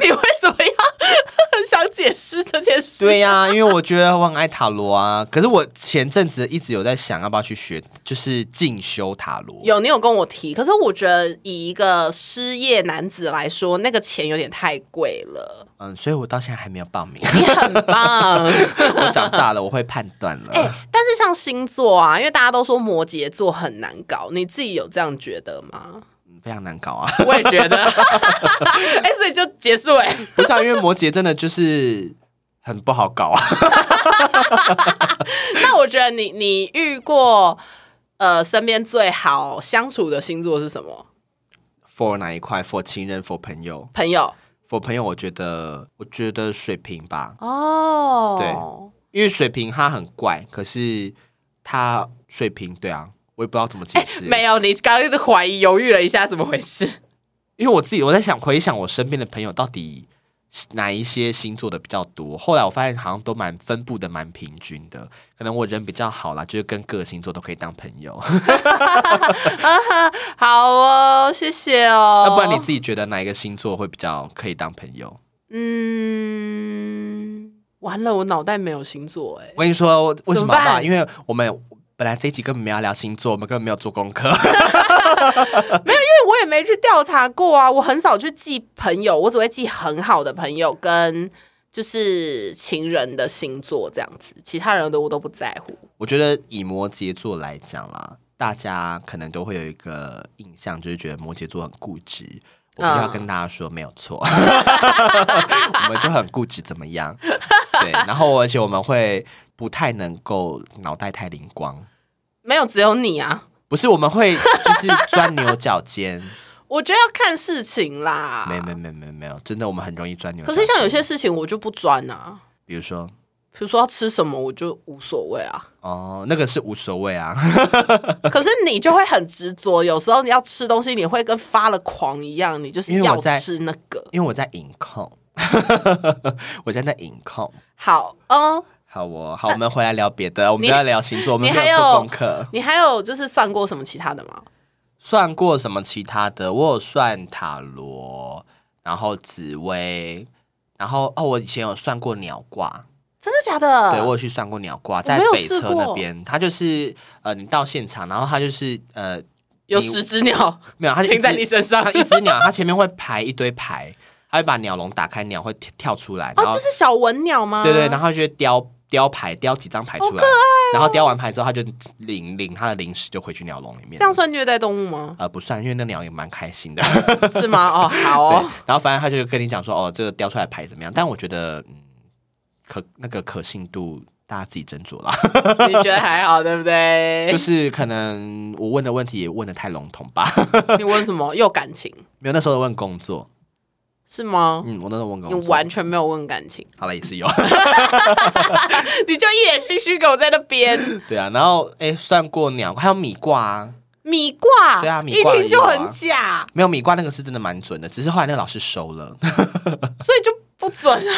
B: 你为什么要很想解释这件 <laughs> 事？
A: 对呀、因为我觉得我很爱塔罗啊，可是我前阵子一直有在想要不要去学，就是进修塔罗。
B: 有你有跟我提，可是我觉得以一个失业男子来说，那个钱有点太贵了。
A: 嗯，所以我到现在还没有报名。 <laughs>
B: 你很棒， <laughs>
A: 我长大了，我会判断了。
B: 哎、但是像星座啊，因为大家都说摩羯座很难搞，你自己有这样觉得吗？
A: 嗯非常难搞啊！ <laughs>
B: 我也觉得， <laughs> 哎、所以就结束哎、
A: 不是、啊，因为摩羯真的就是很不好搞啊。 <laughs>
B: 那我觉得你你遇过呃身边最好相处的星座是什么？
A: for 哪一块？for 情人，for 朋友
B: 朋友
A: ，for 朋友，我觉得我觉得水瓶吧，
B: 哦，
A: 对因为水瓶他很怪，可是他水瓶对啊，我也不知道怎么解
B: <laughs>
A: 释。
B: 哎没有，你刚刚一直怀疑、犹豫了一下，怎么回事？ <laughs>
A: 因为我自己我在想回想我身边的朋友到底哪一些星座的比较多，后来我发现好像都蛮分布的蛮平均的，可能我人比较好啦，就是跟各个星座都可以当朋
B: <laughs>
A: 友。
B: 好哦，谢谢哦。
A: 那不然你自己觉得哪一个星座会比较可以当朋友？
B: 嗯，完了，我脑袋没有星座哎、
A: 我跟你说为什
B: 怎么
A: 么好不好？
B: 办
A: 因为我们本来这一集根本没有聊星座，我们根本没有做功课。
B: 因为我也没去调查过啊，我很少去记朋友，我只会记很好的朋友跟就是情人的星座这样子，其他人的我都不在乎。
A: 我觉得以摩羯座来讲啦，大家可能都会有一个印象，就是觉得摩羯座很固执。我不
B: 嗯
A: 要跟大家说没有错， <laughs> 我们就很固执，怎么样？对，然后而且我们会不太能够脑袋太灵光，
B: 没有只有你啊，
A: 不是我们会就是钻牛角
B: <laughs>
A: 尖。
B: 我觉得要看事情啦，
A: 没没没没没有，真的我们很容易钻牛角
B: 可
A: 尖。
B: 是像有些事情我就不钻啊，
A: 比如说
B: 比如说要吃什么我就无所谓啊，
A: 哦，那个是无所谓啊，
B: <laughs> 可是你就会很执着，有时候你要吃东西，你会跟发了狂一样，你就是
A: 因为我
B: 要
A: 在
B: 吃那个。
A: 因为我在隐控， <laughs> 我现在在隐控。
B: 好，嗯，
A: 好哦，好，我们回来聊别的，我们不要聊星座，我们
B: 你
A: 没
B: 还有
A: 做功课。
B: 你还有就是算过什么其他的吗？
A: 算过什么其他的？我有算塔罗，然后紫薇，然后哦，我以前有算过鸟卦，
B: 真的假的？
A: 对我有去算过鸟卦，
B: 啊我没
A: 在
B: 有
A: 北
B: 试
A: 车那
B: 过
A: 边，它就是呃，你到现场，然后它就是呃，
B: 有
A: 你
B: 十只鸟
A: 没有，它就
B: <laughs> 停在你
A: 一只
B: 身上
A: 它一只鸟，它前面会排一堆牌，它会把鸟笼打开，鸟会跳跳出来，
B: 哦
A: 然，后、
B: 就是小文鸟吗？
A: 对对，然后它就会雕雕牌，雕几张牌出来，
B: 哦
A: 然后雕完牌之后，它就领领它的零食就回去鸟笼里面
B: 这。样算虐待动物吗？
A: 呃，不算，因为那鸟也蛮开心的。
B: <laughs> 是吗？哦，好
A: 对
B: <laughs> 哦，，
A: <laughs> 然后反正他就跟你讲说，哦，这个雕出来的牌怎么样？但我觉得，嗯，可那个可信度大家自己斟酌啦。 <laughs>
B: 你觉得还好对不对？
A: 就是可能我问的问题也问的太笼统吧， <laughs>
B: 你问什么？有感情
A: 没有那时候问工作，
B: 是吗？
A: 嗯，我那时候问工
B: 你
A: 作，
B: 完全没有问感情，
A: 好了也是有， <laughs>
B: 你就一脸心虚给我在那边
A: 对啊。然后哎，算过鸟，还有米卦啊，
B: 米卦，
A: 对啊米
B: 一
A: 卦
B: 听就
A: 也有
B: 很
A: 啊
B: 假，
A: 没有米卦那个是真的蛮准的，只是后来那个老师收了，
B: 所以就不准啊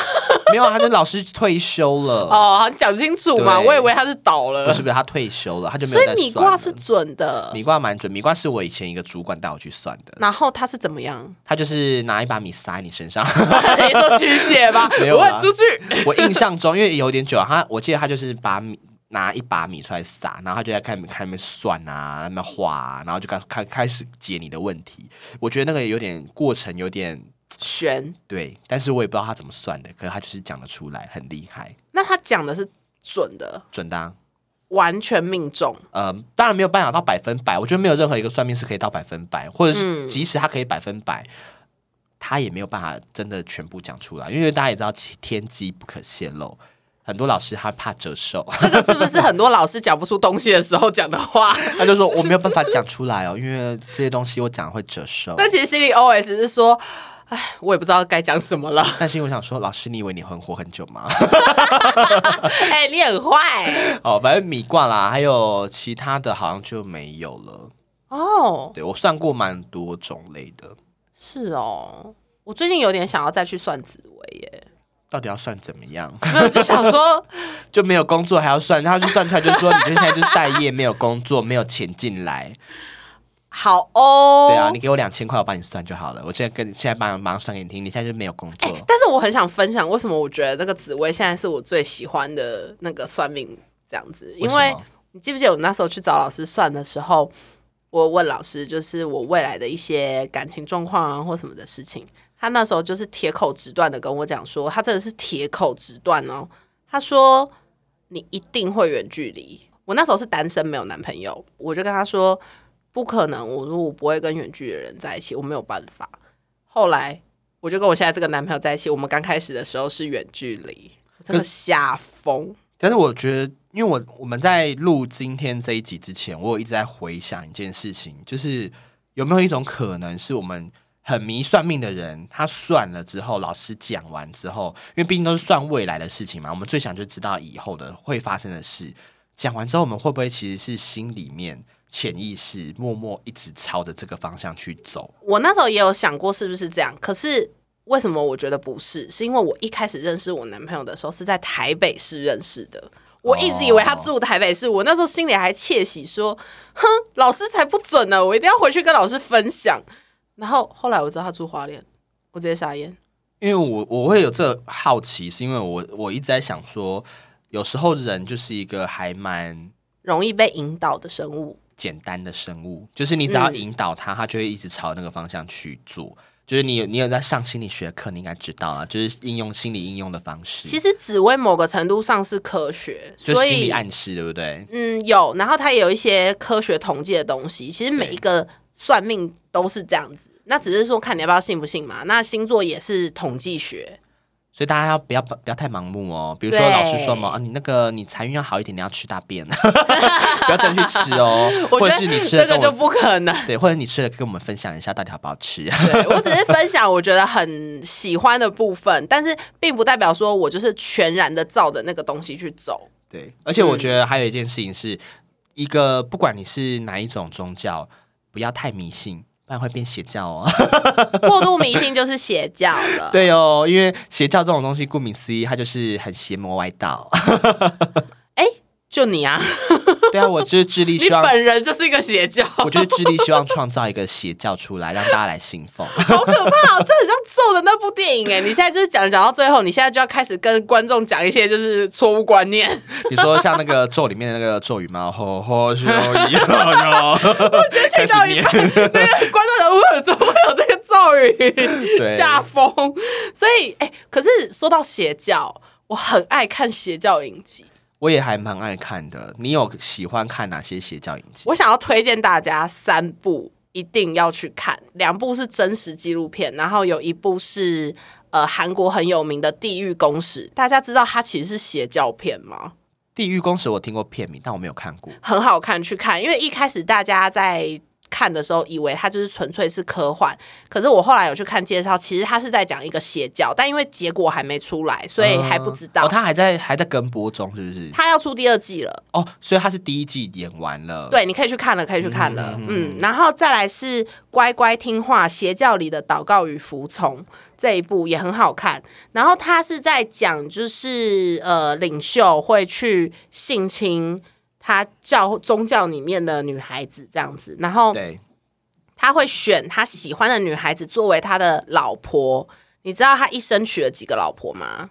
A: 没有啊，他的老师退休了，
B: 哦，你讲清楚嘛，
A: 对
B: 我以为他是倒了
A: 不，是不是，他退休了，他就没有
B: 所
A: 再
B: 以
A: 算
B: 米卦
A: 了
B: 是准的。
A: 米卦蛮准，米卦是我以前一个主管带我去算的，
B: 然后他是怎么样？ <laughs>
A: 他就是拿一把米撒在你身上。 <laughs>
B: 你说驱邪吧，
A: 没有啊
B: 我
A: 啦
B: 问出去。
A: 我印象中，因为有点久啊，他我记得他就是把米拿一把米出来撒，然后他就在看看那边算啊，那边画、啊，然后就开开开始解你的问题。我觉得那个有点过程有点
B: 玄，
A: 对，但是我也不知道他怎么算的，可是他就是讲得出来，很厉害，
B: 那他讲的是准的，
A: 准当、啊。
B: 完全命中。
A: 呃，当然没有办法到百分百，我觉得没有任何一个算命是可以到百分百，或者是即使他可以百分百，他也没有办法真的全部讲出来，因为大家也知道天机不可泄露，很多老师他怕折寿， <laughs>
B: 这个是不是很多老师讲不出东西的时候讲
A: <laughs>
B: 的话？
A: 他就说我没有办法讲出来哦，因为这些东西我讲会折
B: <laughs>
A: 寿。
B: 那其实心里 OS 是说，哎，我也不知道该讲什
A: <laughs>
B: 么了。
A: 但是我想说，老师，你以为你很活很久吗？ <laughs>
B: 哎，你很坏
A: 哦，反正米卦啦，还有其他的好像就没有了。
B: 哦，
A: 对我算过蛮多种类的，
B: 是哦。我最近有点想要再去算紫薇耶，
A: 到底要算怎么样？
B: 没有就想说，
A: 就没有工作还要算，他就算出来就说你就现在就是待业，没有工作，没有钱进来。
B: 好哦，
A: 对啊，你给我两千块，我帮你算就好了。我现在跟你现在帮马上算给你听，你现在就没有工作。
B: 哎但是我很想分享，为什么我觉得那个紫薇现在是我最喜欢的那个算命这样子，因
A: 为
B: 为
A: 什么
B: 你记不记得我那时候去找老师算的时候，我问老师就是我未来的一些感情状况啊或什么的事情，他那时候就是铁口直断的跟我讲说，他真的是铁口直断哦，他说你一定会远距离。我那时候是单身，没有男朋友，我就跟他说不可能，我说我不会跟远距的人在一起，我没有办法。后来我就跟我现在这个男朋友在一起，我们刚开始的时候是远距离，我真的
A: 可
B: 吓疯。
A: 但是我觉得，因为我我们在录今天这一集之前，我有一直在回想一件事情，就是有没有一种可能是我们很迷算命的人，他算了之后，老师讲完之后，因为毕竟都是算未来的事情嘛，我们最想就知道以后的会发生的事。讲完之后，我们会不会其实是心里面潜意识默默一直朝着这个方向去走？
B: 我那时候也有想过是不是这样，可是为什么我觉得不是？是因为我一开始认识我男朋友的时候是在台北市认识的。我一直以为他住台北市，我那时候心里还窃喜说：“哼，老师才不准呢，我一定要回去跟老师分享。”然后后来我知道他住花莲，我直接傻眼。
A: 因为我我会有这好奇，是因为我我一直在想说，有时候人就是一个还蛮。
B: 容易被引导的生物，嗯
A: 简单的生物，就是你只要引导他，他就会一直朝那个方向去做。就是你有你有在上心理学课，你应该知道啊，就是应用心理应用的方式，
B: 其实紫薇某个程度上是科学，
A: 就
B: 所
A: 心理
B: 以
A: 暗示，对不对？
B: 嗯有，然后它也有一些科学统计的东西。其实每一个算命都是这样子，那只是说看你要不要信不信嘛。那星座也是统计学，
A: 所以大家要不要不要太盲目哦？比如说
B: 对
A: 老师说嘛，啊、你那个你财运要好一点，你要吃大
B: <laughs>
A: 便，不要真的去吃哦，
B: 我
A: 或
B: 觉
A: 者
B: 得
A: 是你吃
B: 这
A: 的
B: 个
A: 跟
B: 就
A: 我。
B: 不可能。
A: 对，或者你吃的跟我们分享一下到底好不好吃？ <laughs>
B: 对我只是分享我觉得很喜欢的部分，但是并不代表说我就是全然的照着那个东西去走。
A: 对，而
B: 嗯
A: 且我觉得还有一件事情是，一个不管你是哪一种宗教，不要太迷信，不然会变邪教哦。
B: 过度迷信就是邪教了。
A: 对哦，因为邪教这种东西，顾名思义，它就是很邪魔歪
B: <laughs>
A: 道。
B: 就你啊，
A: 对啊，我就是致力
B: 你
A: 希望，
B: 本人就是一个邪教，
A: 我就是致力希望创造一个邪教出来，让大家来信
B: <laughs>
A: 奉。
B: 好可怕、哦！这很像咒的那部电影哎。你现在就是讲讲到最后，你现在就要开始跟观众讲一些就是错误观念。
A: 你说像那个咒里面的那个咒语
B: <laughs>
A: 吗？吼吼咻哟哟，开
B: 听到
A: 始
B: 一
A: 念
B: 半，。 <laughs> 那个观众想，我怎么会有这个咒语？
A: 对
B: 吓疯！所以哎、可是说到邪教，我很爱看邪教影集。
A: 我也还蛮爱看的。你有喜欢看哪些邪教影集？
B: 我想要推荐大家三部一定要去看，两部是真实纪录片，然后有一部是呃韩国很有名的《地狱公使》。大家知道它其实是邪教片吗？
A: 地狱公使》我听过片名，但我没有看过。
B: 很好看，去看，因为一开始大家在。看的时候以为它就是纯粹是科幻，可是我后来有去看介绍，其实它是在讲一个邪教，但因为结果还没出来，所以还不知道。
A: 哦，他还在还在跟播中，是不是？
B: 它要出第二季了，
A: 哦，所以他是第一季演完了。，
B: 对，你可以去看了，可以去看了，嗯，然后再来是《乖乖听话：邪教里的祷告与服从》这一部也很好看，然后它是在讲就是呃，领袖会去性侵他教宗教里面的女孩子这样子，然后
A: 对，
B: 他会选他喜欢的女孩子作为他的老婆，你知道他一生娶了几个老婆吗？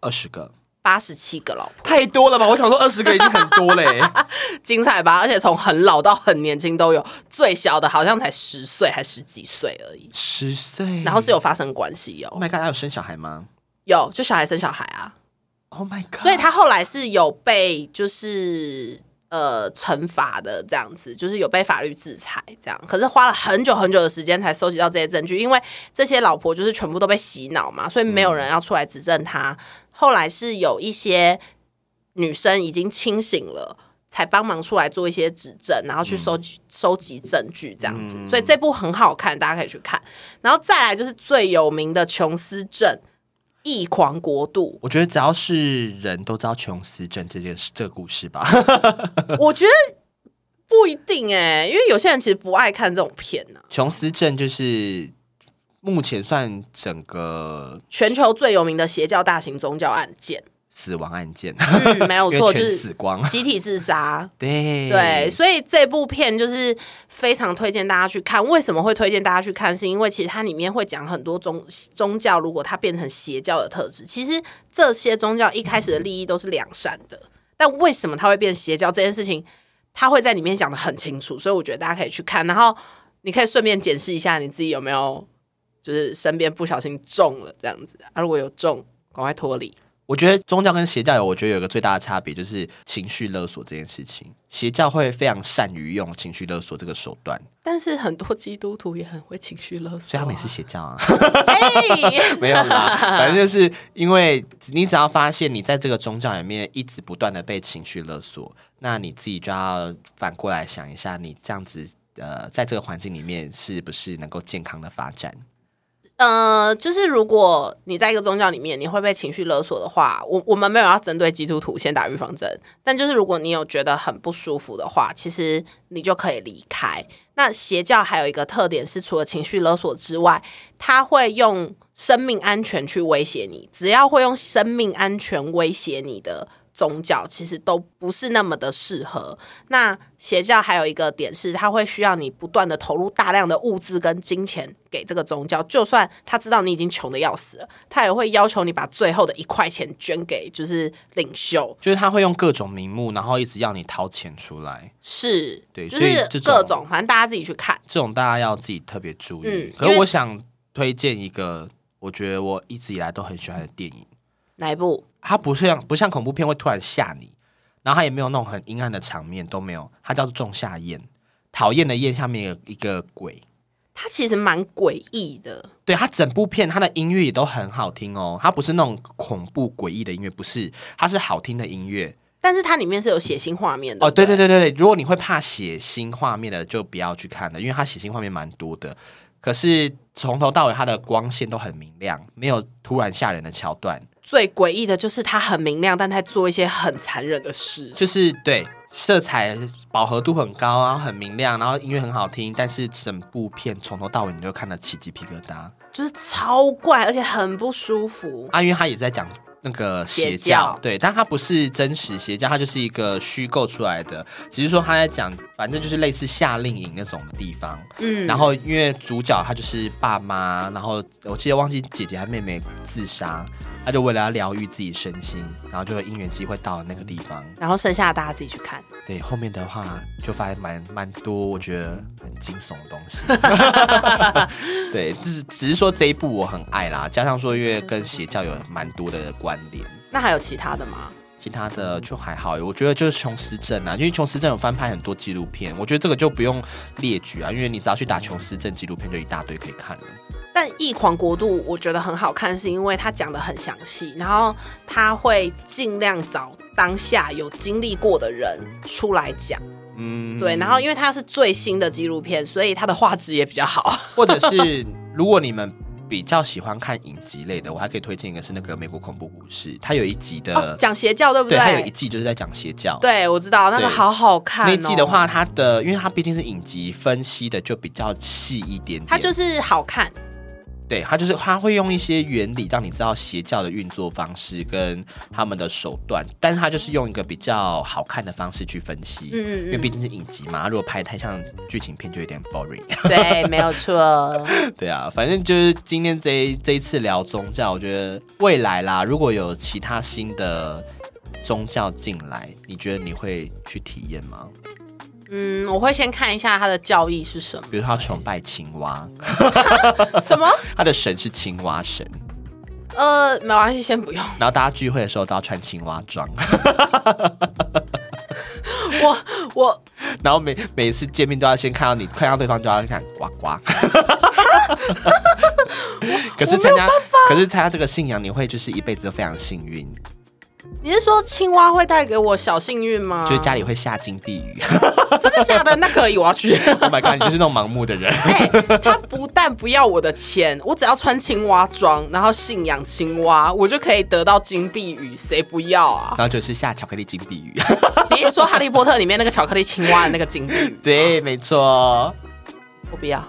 A: 二十个
B: 八十七个老婆。
A: 太多了吧？我想说二十个已经很多 <laughs> 嘞、
B: 精彩吧！而且从很老到很年轻都有，最小的好像才十岁还十几岁而已，
A: 十岁。
B: 然后是有发生关系有、
A: ，Oh my god，他有生小孩吗
B: 有就小孩生小孩啊，
A: ？Oh my god，
B: 所以他后来是有被就是呃惩罚的这样子，就是有被法律制裁这样，可是花了很久很久的时间才收集到这些证据，因为这些老婆就是全部都被洗脑嘛，所以没有人要出来指证他。后来是有一些女生已经清醒了。才帮忙出来做一些指证，然后去收集、收集证据这样子，所以这部很好看，大家可以去看。然后再来就是最有名的琼斯镇异狂国度，
A: 我觉得只要是人都知道琼斯镇这件事，这个故事吧。 <laughs>
B: 我觉得不一定哎、因为有些人其实不爱看这种片啊呐、
A: 琼斯镇就是目前算整个
B: 全球最有名的邪教大型宗教案件，
A: 死亡案 <laughs> 件，
B: 嗯，没有
A: 因
B: 错，
A: 为
B: 就
A: 全
B: 是
A: 死光。
B: 集体自杀。
A: <laughs> 对
B: 对，，所以这部片就是非常推荐大家去看。为什么会推荐大家去看？是因为其实它里面会讲很多宗宗教，如果它变成邪教的特质，其实这些宗教一开始的利益都是良善的，但为什么它会变邪教这件事情，它会在里面讲的很清楚。所以我觉得大家可以去看，然后你可以顺便检视一下你自己有没有就是身边不小心中了这样子啊，如果有中，赶快脱离。
A: 我觉得宗教跟邪教有，我觉得有一个最大的差别就是情绪勒索这件事情。邪教会非常善于用情绪勒索这个手段，
B: 但是很多基督徒也很会情绪勒索、
A: 所以
B: 啊，
A: 他们也是邪教啊。
B: 哎
A: <laughs> 没有
B: <laughs>
A: 啦，反正就是因为你只要发现你在这个宗教里面一直不断的被情绪勒索，那你自己就要反过来想一下，你这样子呃，在这个环境里面是不是能够健康的发展？
B: 呃，就是如果你在一个宗教里面，你会被情绪勒索的话，我我们没有要针对基督徒先打预防针，但就是如果你有觉得很不舒服的话，其实你就可以离开。那邪教还有一个特点是，除了情绪勒索之外，他会用生命安全去威胁你。只要会用生命安全威胁你的宗教，其实都不是那么的适合。那邪教还有一个点是，它会需要你不断的投入大量的物资跟金钱给这个宗教，就算他知道你已经穷的要死了，他也会要求你把最后的一块钱捐给就是领袖，
A: 就是他会用各种名目，然后一直要你掏钱出来，
B: 是，
A: 对
B: 就
A: 所以
B: 是
A: 这种
B: 各种，反正大家自己去看。
A: 这种大家要自己特别注意。
B: 嗯
A: 可是
B: 因为
A: 我想推荐一个，我觉得我一直以来都很喜欢的电影。
B: 哪一部？
A: 它不是像不像恐怖片会突然吓你，然后它也没有那种很阴暗的场面，都没有。它叫做《仲夏夜》，讨厌的夜下面有一个鬼。
B: 它其实蛮诡异的，
A: 对它整部片，它的音乐也都很好听哦。它不是那种恐怖诡异的音乐，不是，它是好听的音乐。
B: 但是它里面是有血腥画面的
A: 哦，对
B: 对
A: 对对对，如果你会怕血腥画面的，就不要去看了，因为它血腥画面蛮多的。可是从头到尾，它的光线都很明亮，没有突然吓人的桥段。
B: 最诡异的就是它很明亮，但它做一些很残忍的事。
A: 就是对色彩饱和度很高，然后很明亮，然后音乐很好听，但是整部片从头到尾你都看得起鸡皮疙瘩。
B: 就是超怪，而且很不舒服。
A: 阿、啊、因为他也在讲那个邪
B: 邪教
A: 对，但他不是真实邪教，他就是一个虚构出来的，只是说他在讲，反正就是类似夏令营那种的地方。嗯，然后因为主角他就是爸妈，然后我记得忘记姐姐还妹妹自杀，他就为了要疗愈自己身心，然后就因缘机会到了那个地方。
B: 然后剩下的大家自己去看。
A: 对，后面的话就发现蛮蛮多，我觉得很惊悚的东西。对，只是只是说这一部我很爱啦，加上说因为跟邪教有蛮多的关联，
B: 那还有其他的吗？
A: 其他的就还好。欸我觉得就是琼斯镇啊，因为琼斯镇有翻拍很多纪录片，我觉得这个就不用列举啊，因为你只要去打琼斯镇纪录片就一大堆可以看了。
B: 但《异狂国度》我觉得很好看，是因为它讲的很详细，然后他会尽量找当下有经历过的人出来讲。
A: 嗯，
B: 对，然后因为它是最新的纪录片，所以它的画质也比较好。
A: 或者是如果你们比较喜欢看影集类的，我还可以推荐一个是那个美国恐怖故事，它有一集的，
B: 哦， <laughs> 讲邪教对不
A: 呃对，它有一
B: 对？
A: 季就是在讲邪教。
B: 对，我知道那个
A: 对
B: 好好看、哦。
A: 那一季的话，，它的因为它毕竟是影集，分析的就比较细一点点。
B: 它就是好看。
A: 对它就是它会用一些原理让你知道邪教的运作方式跟他们的手段，但是它就是用一个比较好看的方式去分析。
B: 嗯嗯嗯
A: 因为毕竟是影集嘛，它如果拍太像剧情片就有点 boring。 <laughs>
B: 对，没有错。
A: 对啊，反正就是今天这一这一次聊宗教，我觉得未来啦，如果有其他新的宗教进来，你觉得你会去体验吗？
B: 嗯，我会先看一下它的教义
A: <laughs>
B: 是什么。
A: 比如说他崇拜青蛙，
B: 什么？
A: 他的神是青蛙神，
B: 呃，没关系，先不用。
A: 然后大家聚会的时候都要穿青蛙装， <laughs>
B: 我我
A: 然后每每次见面都要先看到你，看到对方就要看呱呱。 <laughs> 可是参加，可是参加这个信仰，你会就是一辈子都非常幸运，
B: 你是说青蛙会带给我小幸运吗？
A: 就是家里会下金地狱。
B: 真的假的？那可以，我要去。
A: <laughs> oh my god，你就是那种盲目的人。 <laughs>
B: 哎、他不但不要我的钱，我只要穿青蛙装，然后信仰青蛙，我就可以得到金币鱼，谁不
A: <laughs>
B: 要啊？
A: 然后就是下巧克力金币鱼。
B: 你是说《哈利波特》里面那个巧克力青蛙的那个金币鱼？
A: <laughs> 对，没错。
B: 我不要。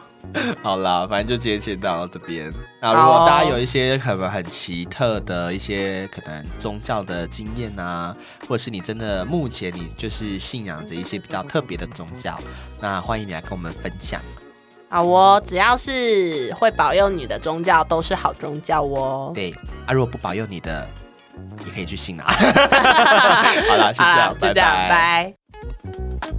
A: 好啦，反正就今天先到这边。那如果大家有一些可能很奇特的一些可能宗教的经验啊，或者是你真的目前你就是信仰着一些比较特别的宗教，那欢迎你来跟我们分享。
B: 好哦，只要是会保佑你的宗教都是好宗教哦。
A: 对啊，如果不保佑你的，也可以去信啊。好啦，是这
B: 好啦
A: 样，
B: 就这样，
A: 拜
B: 拜。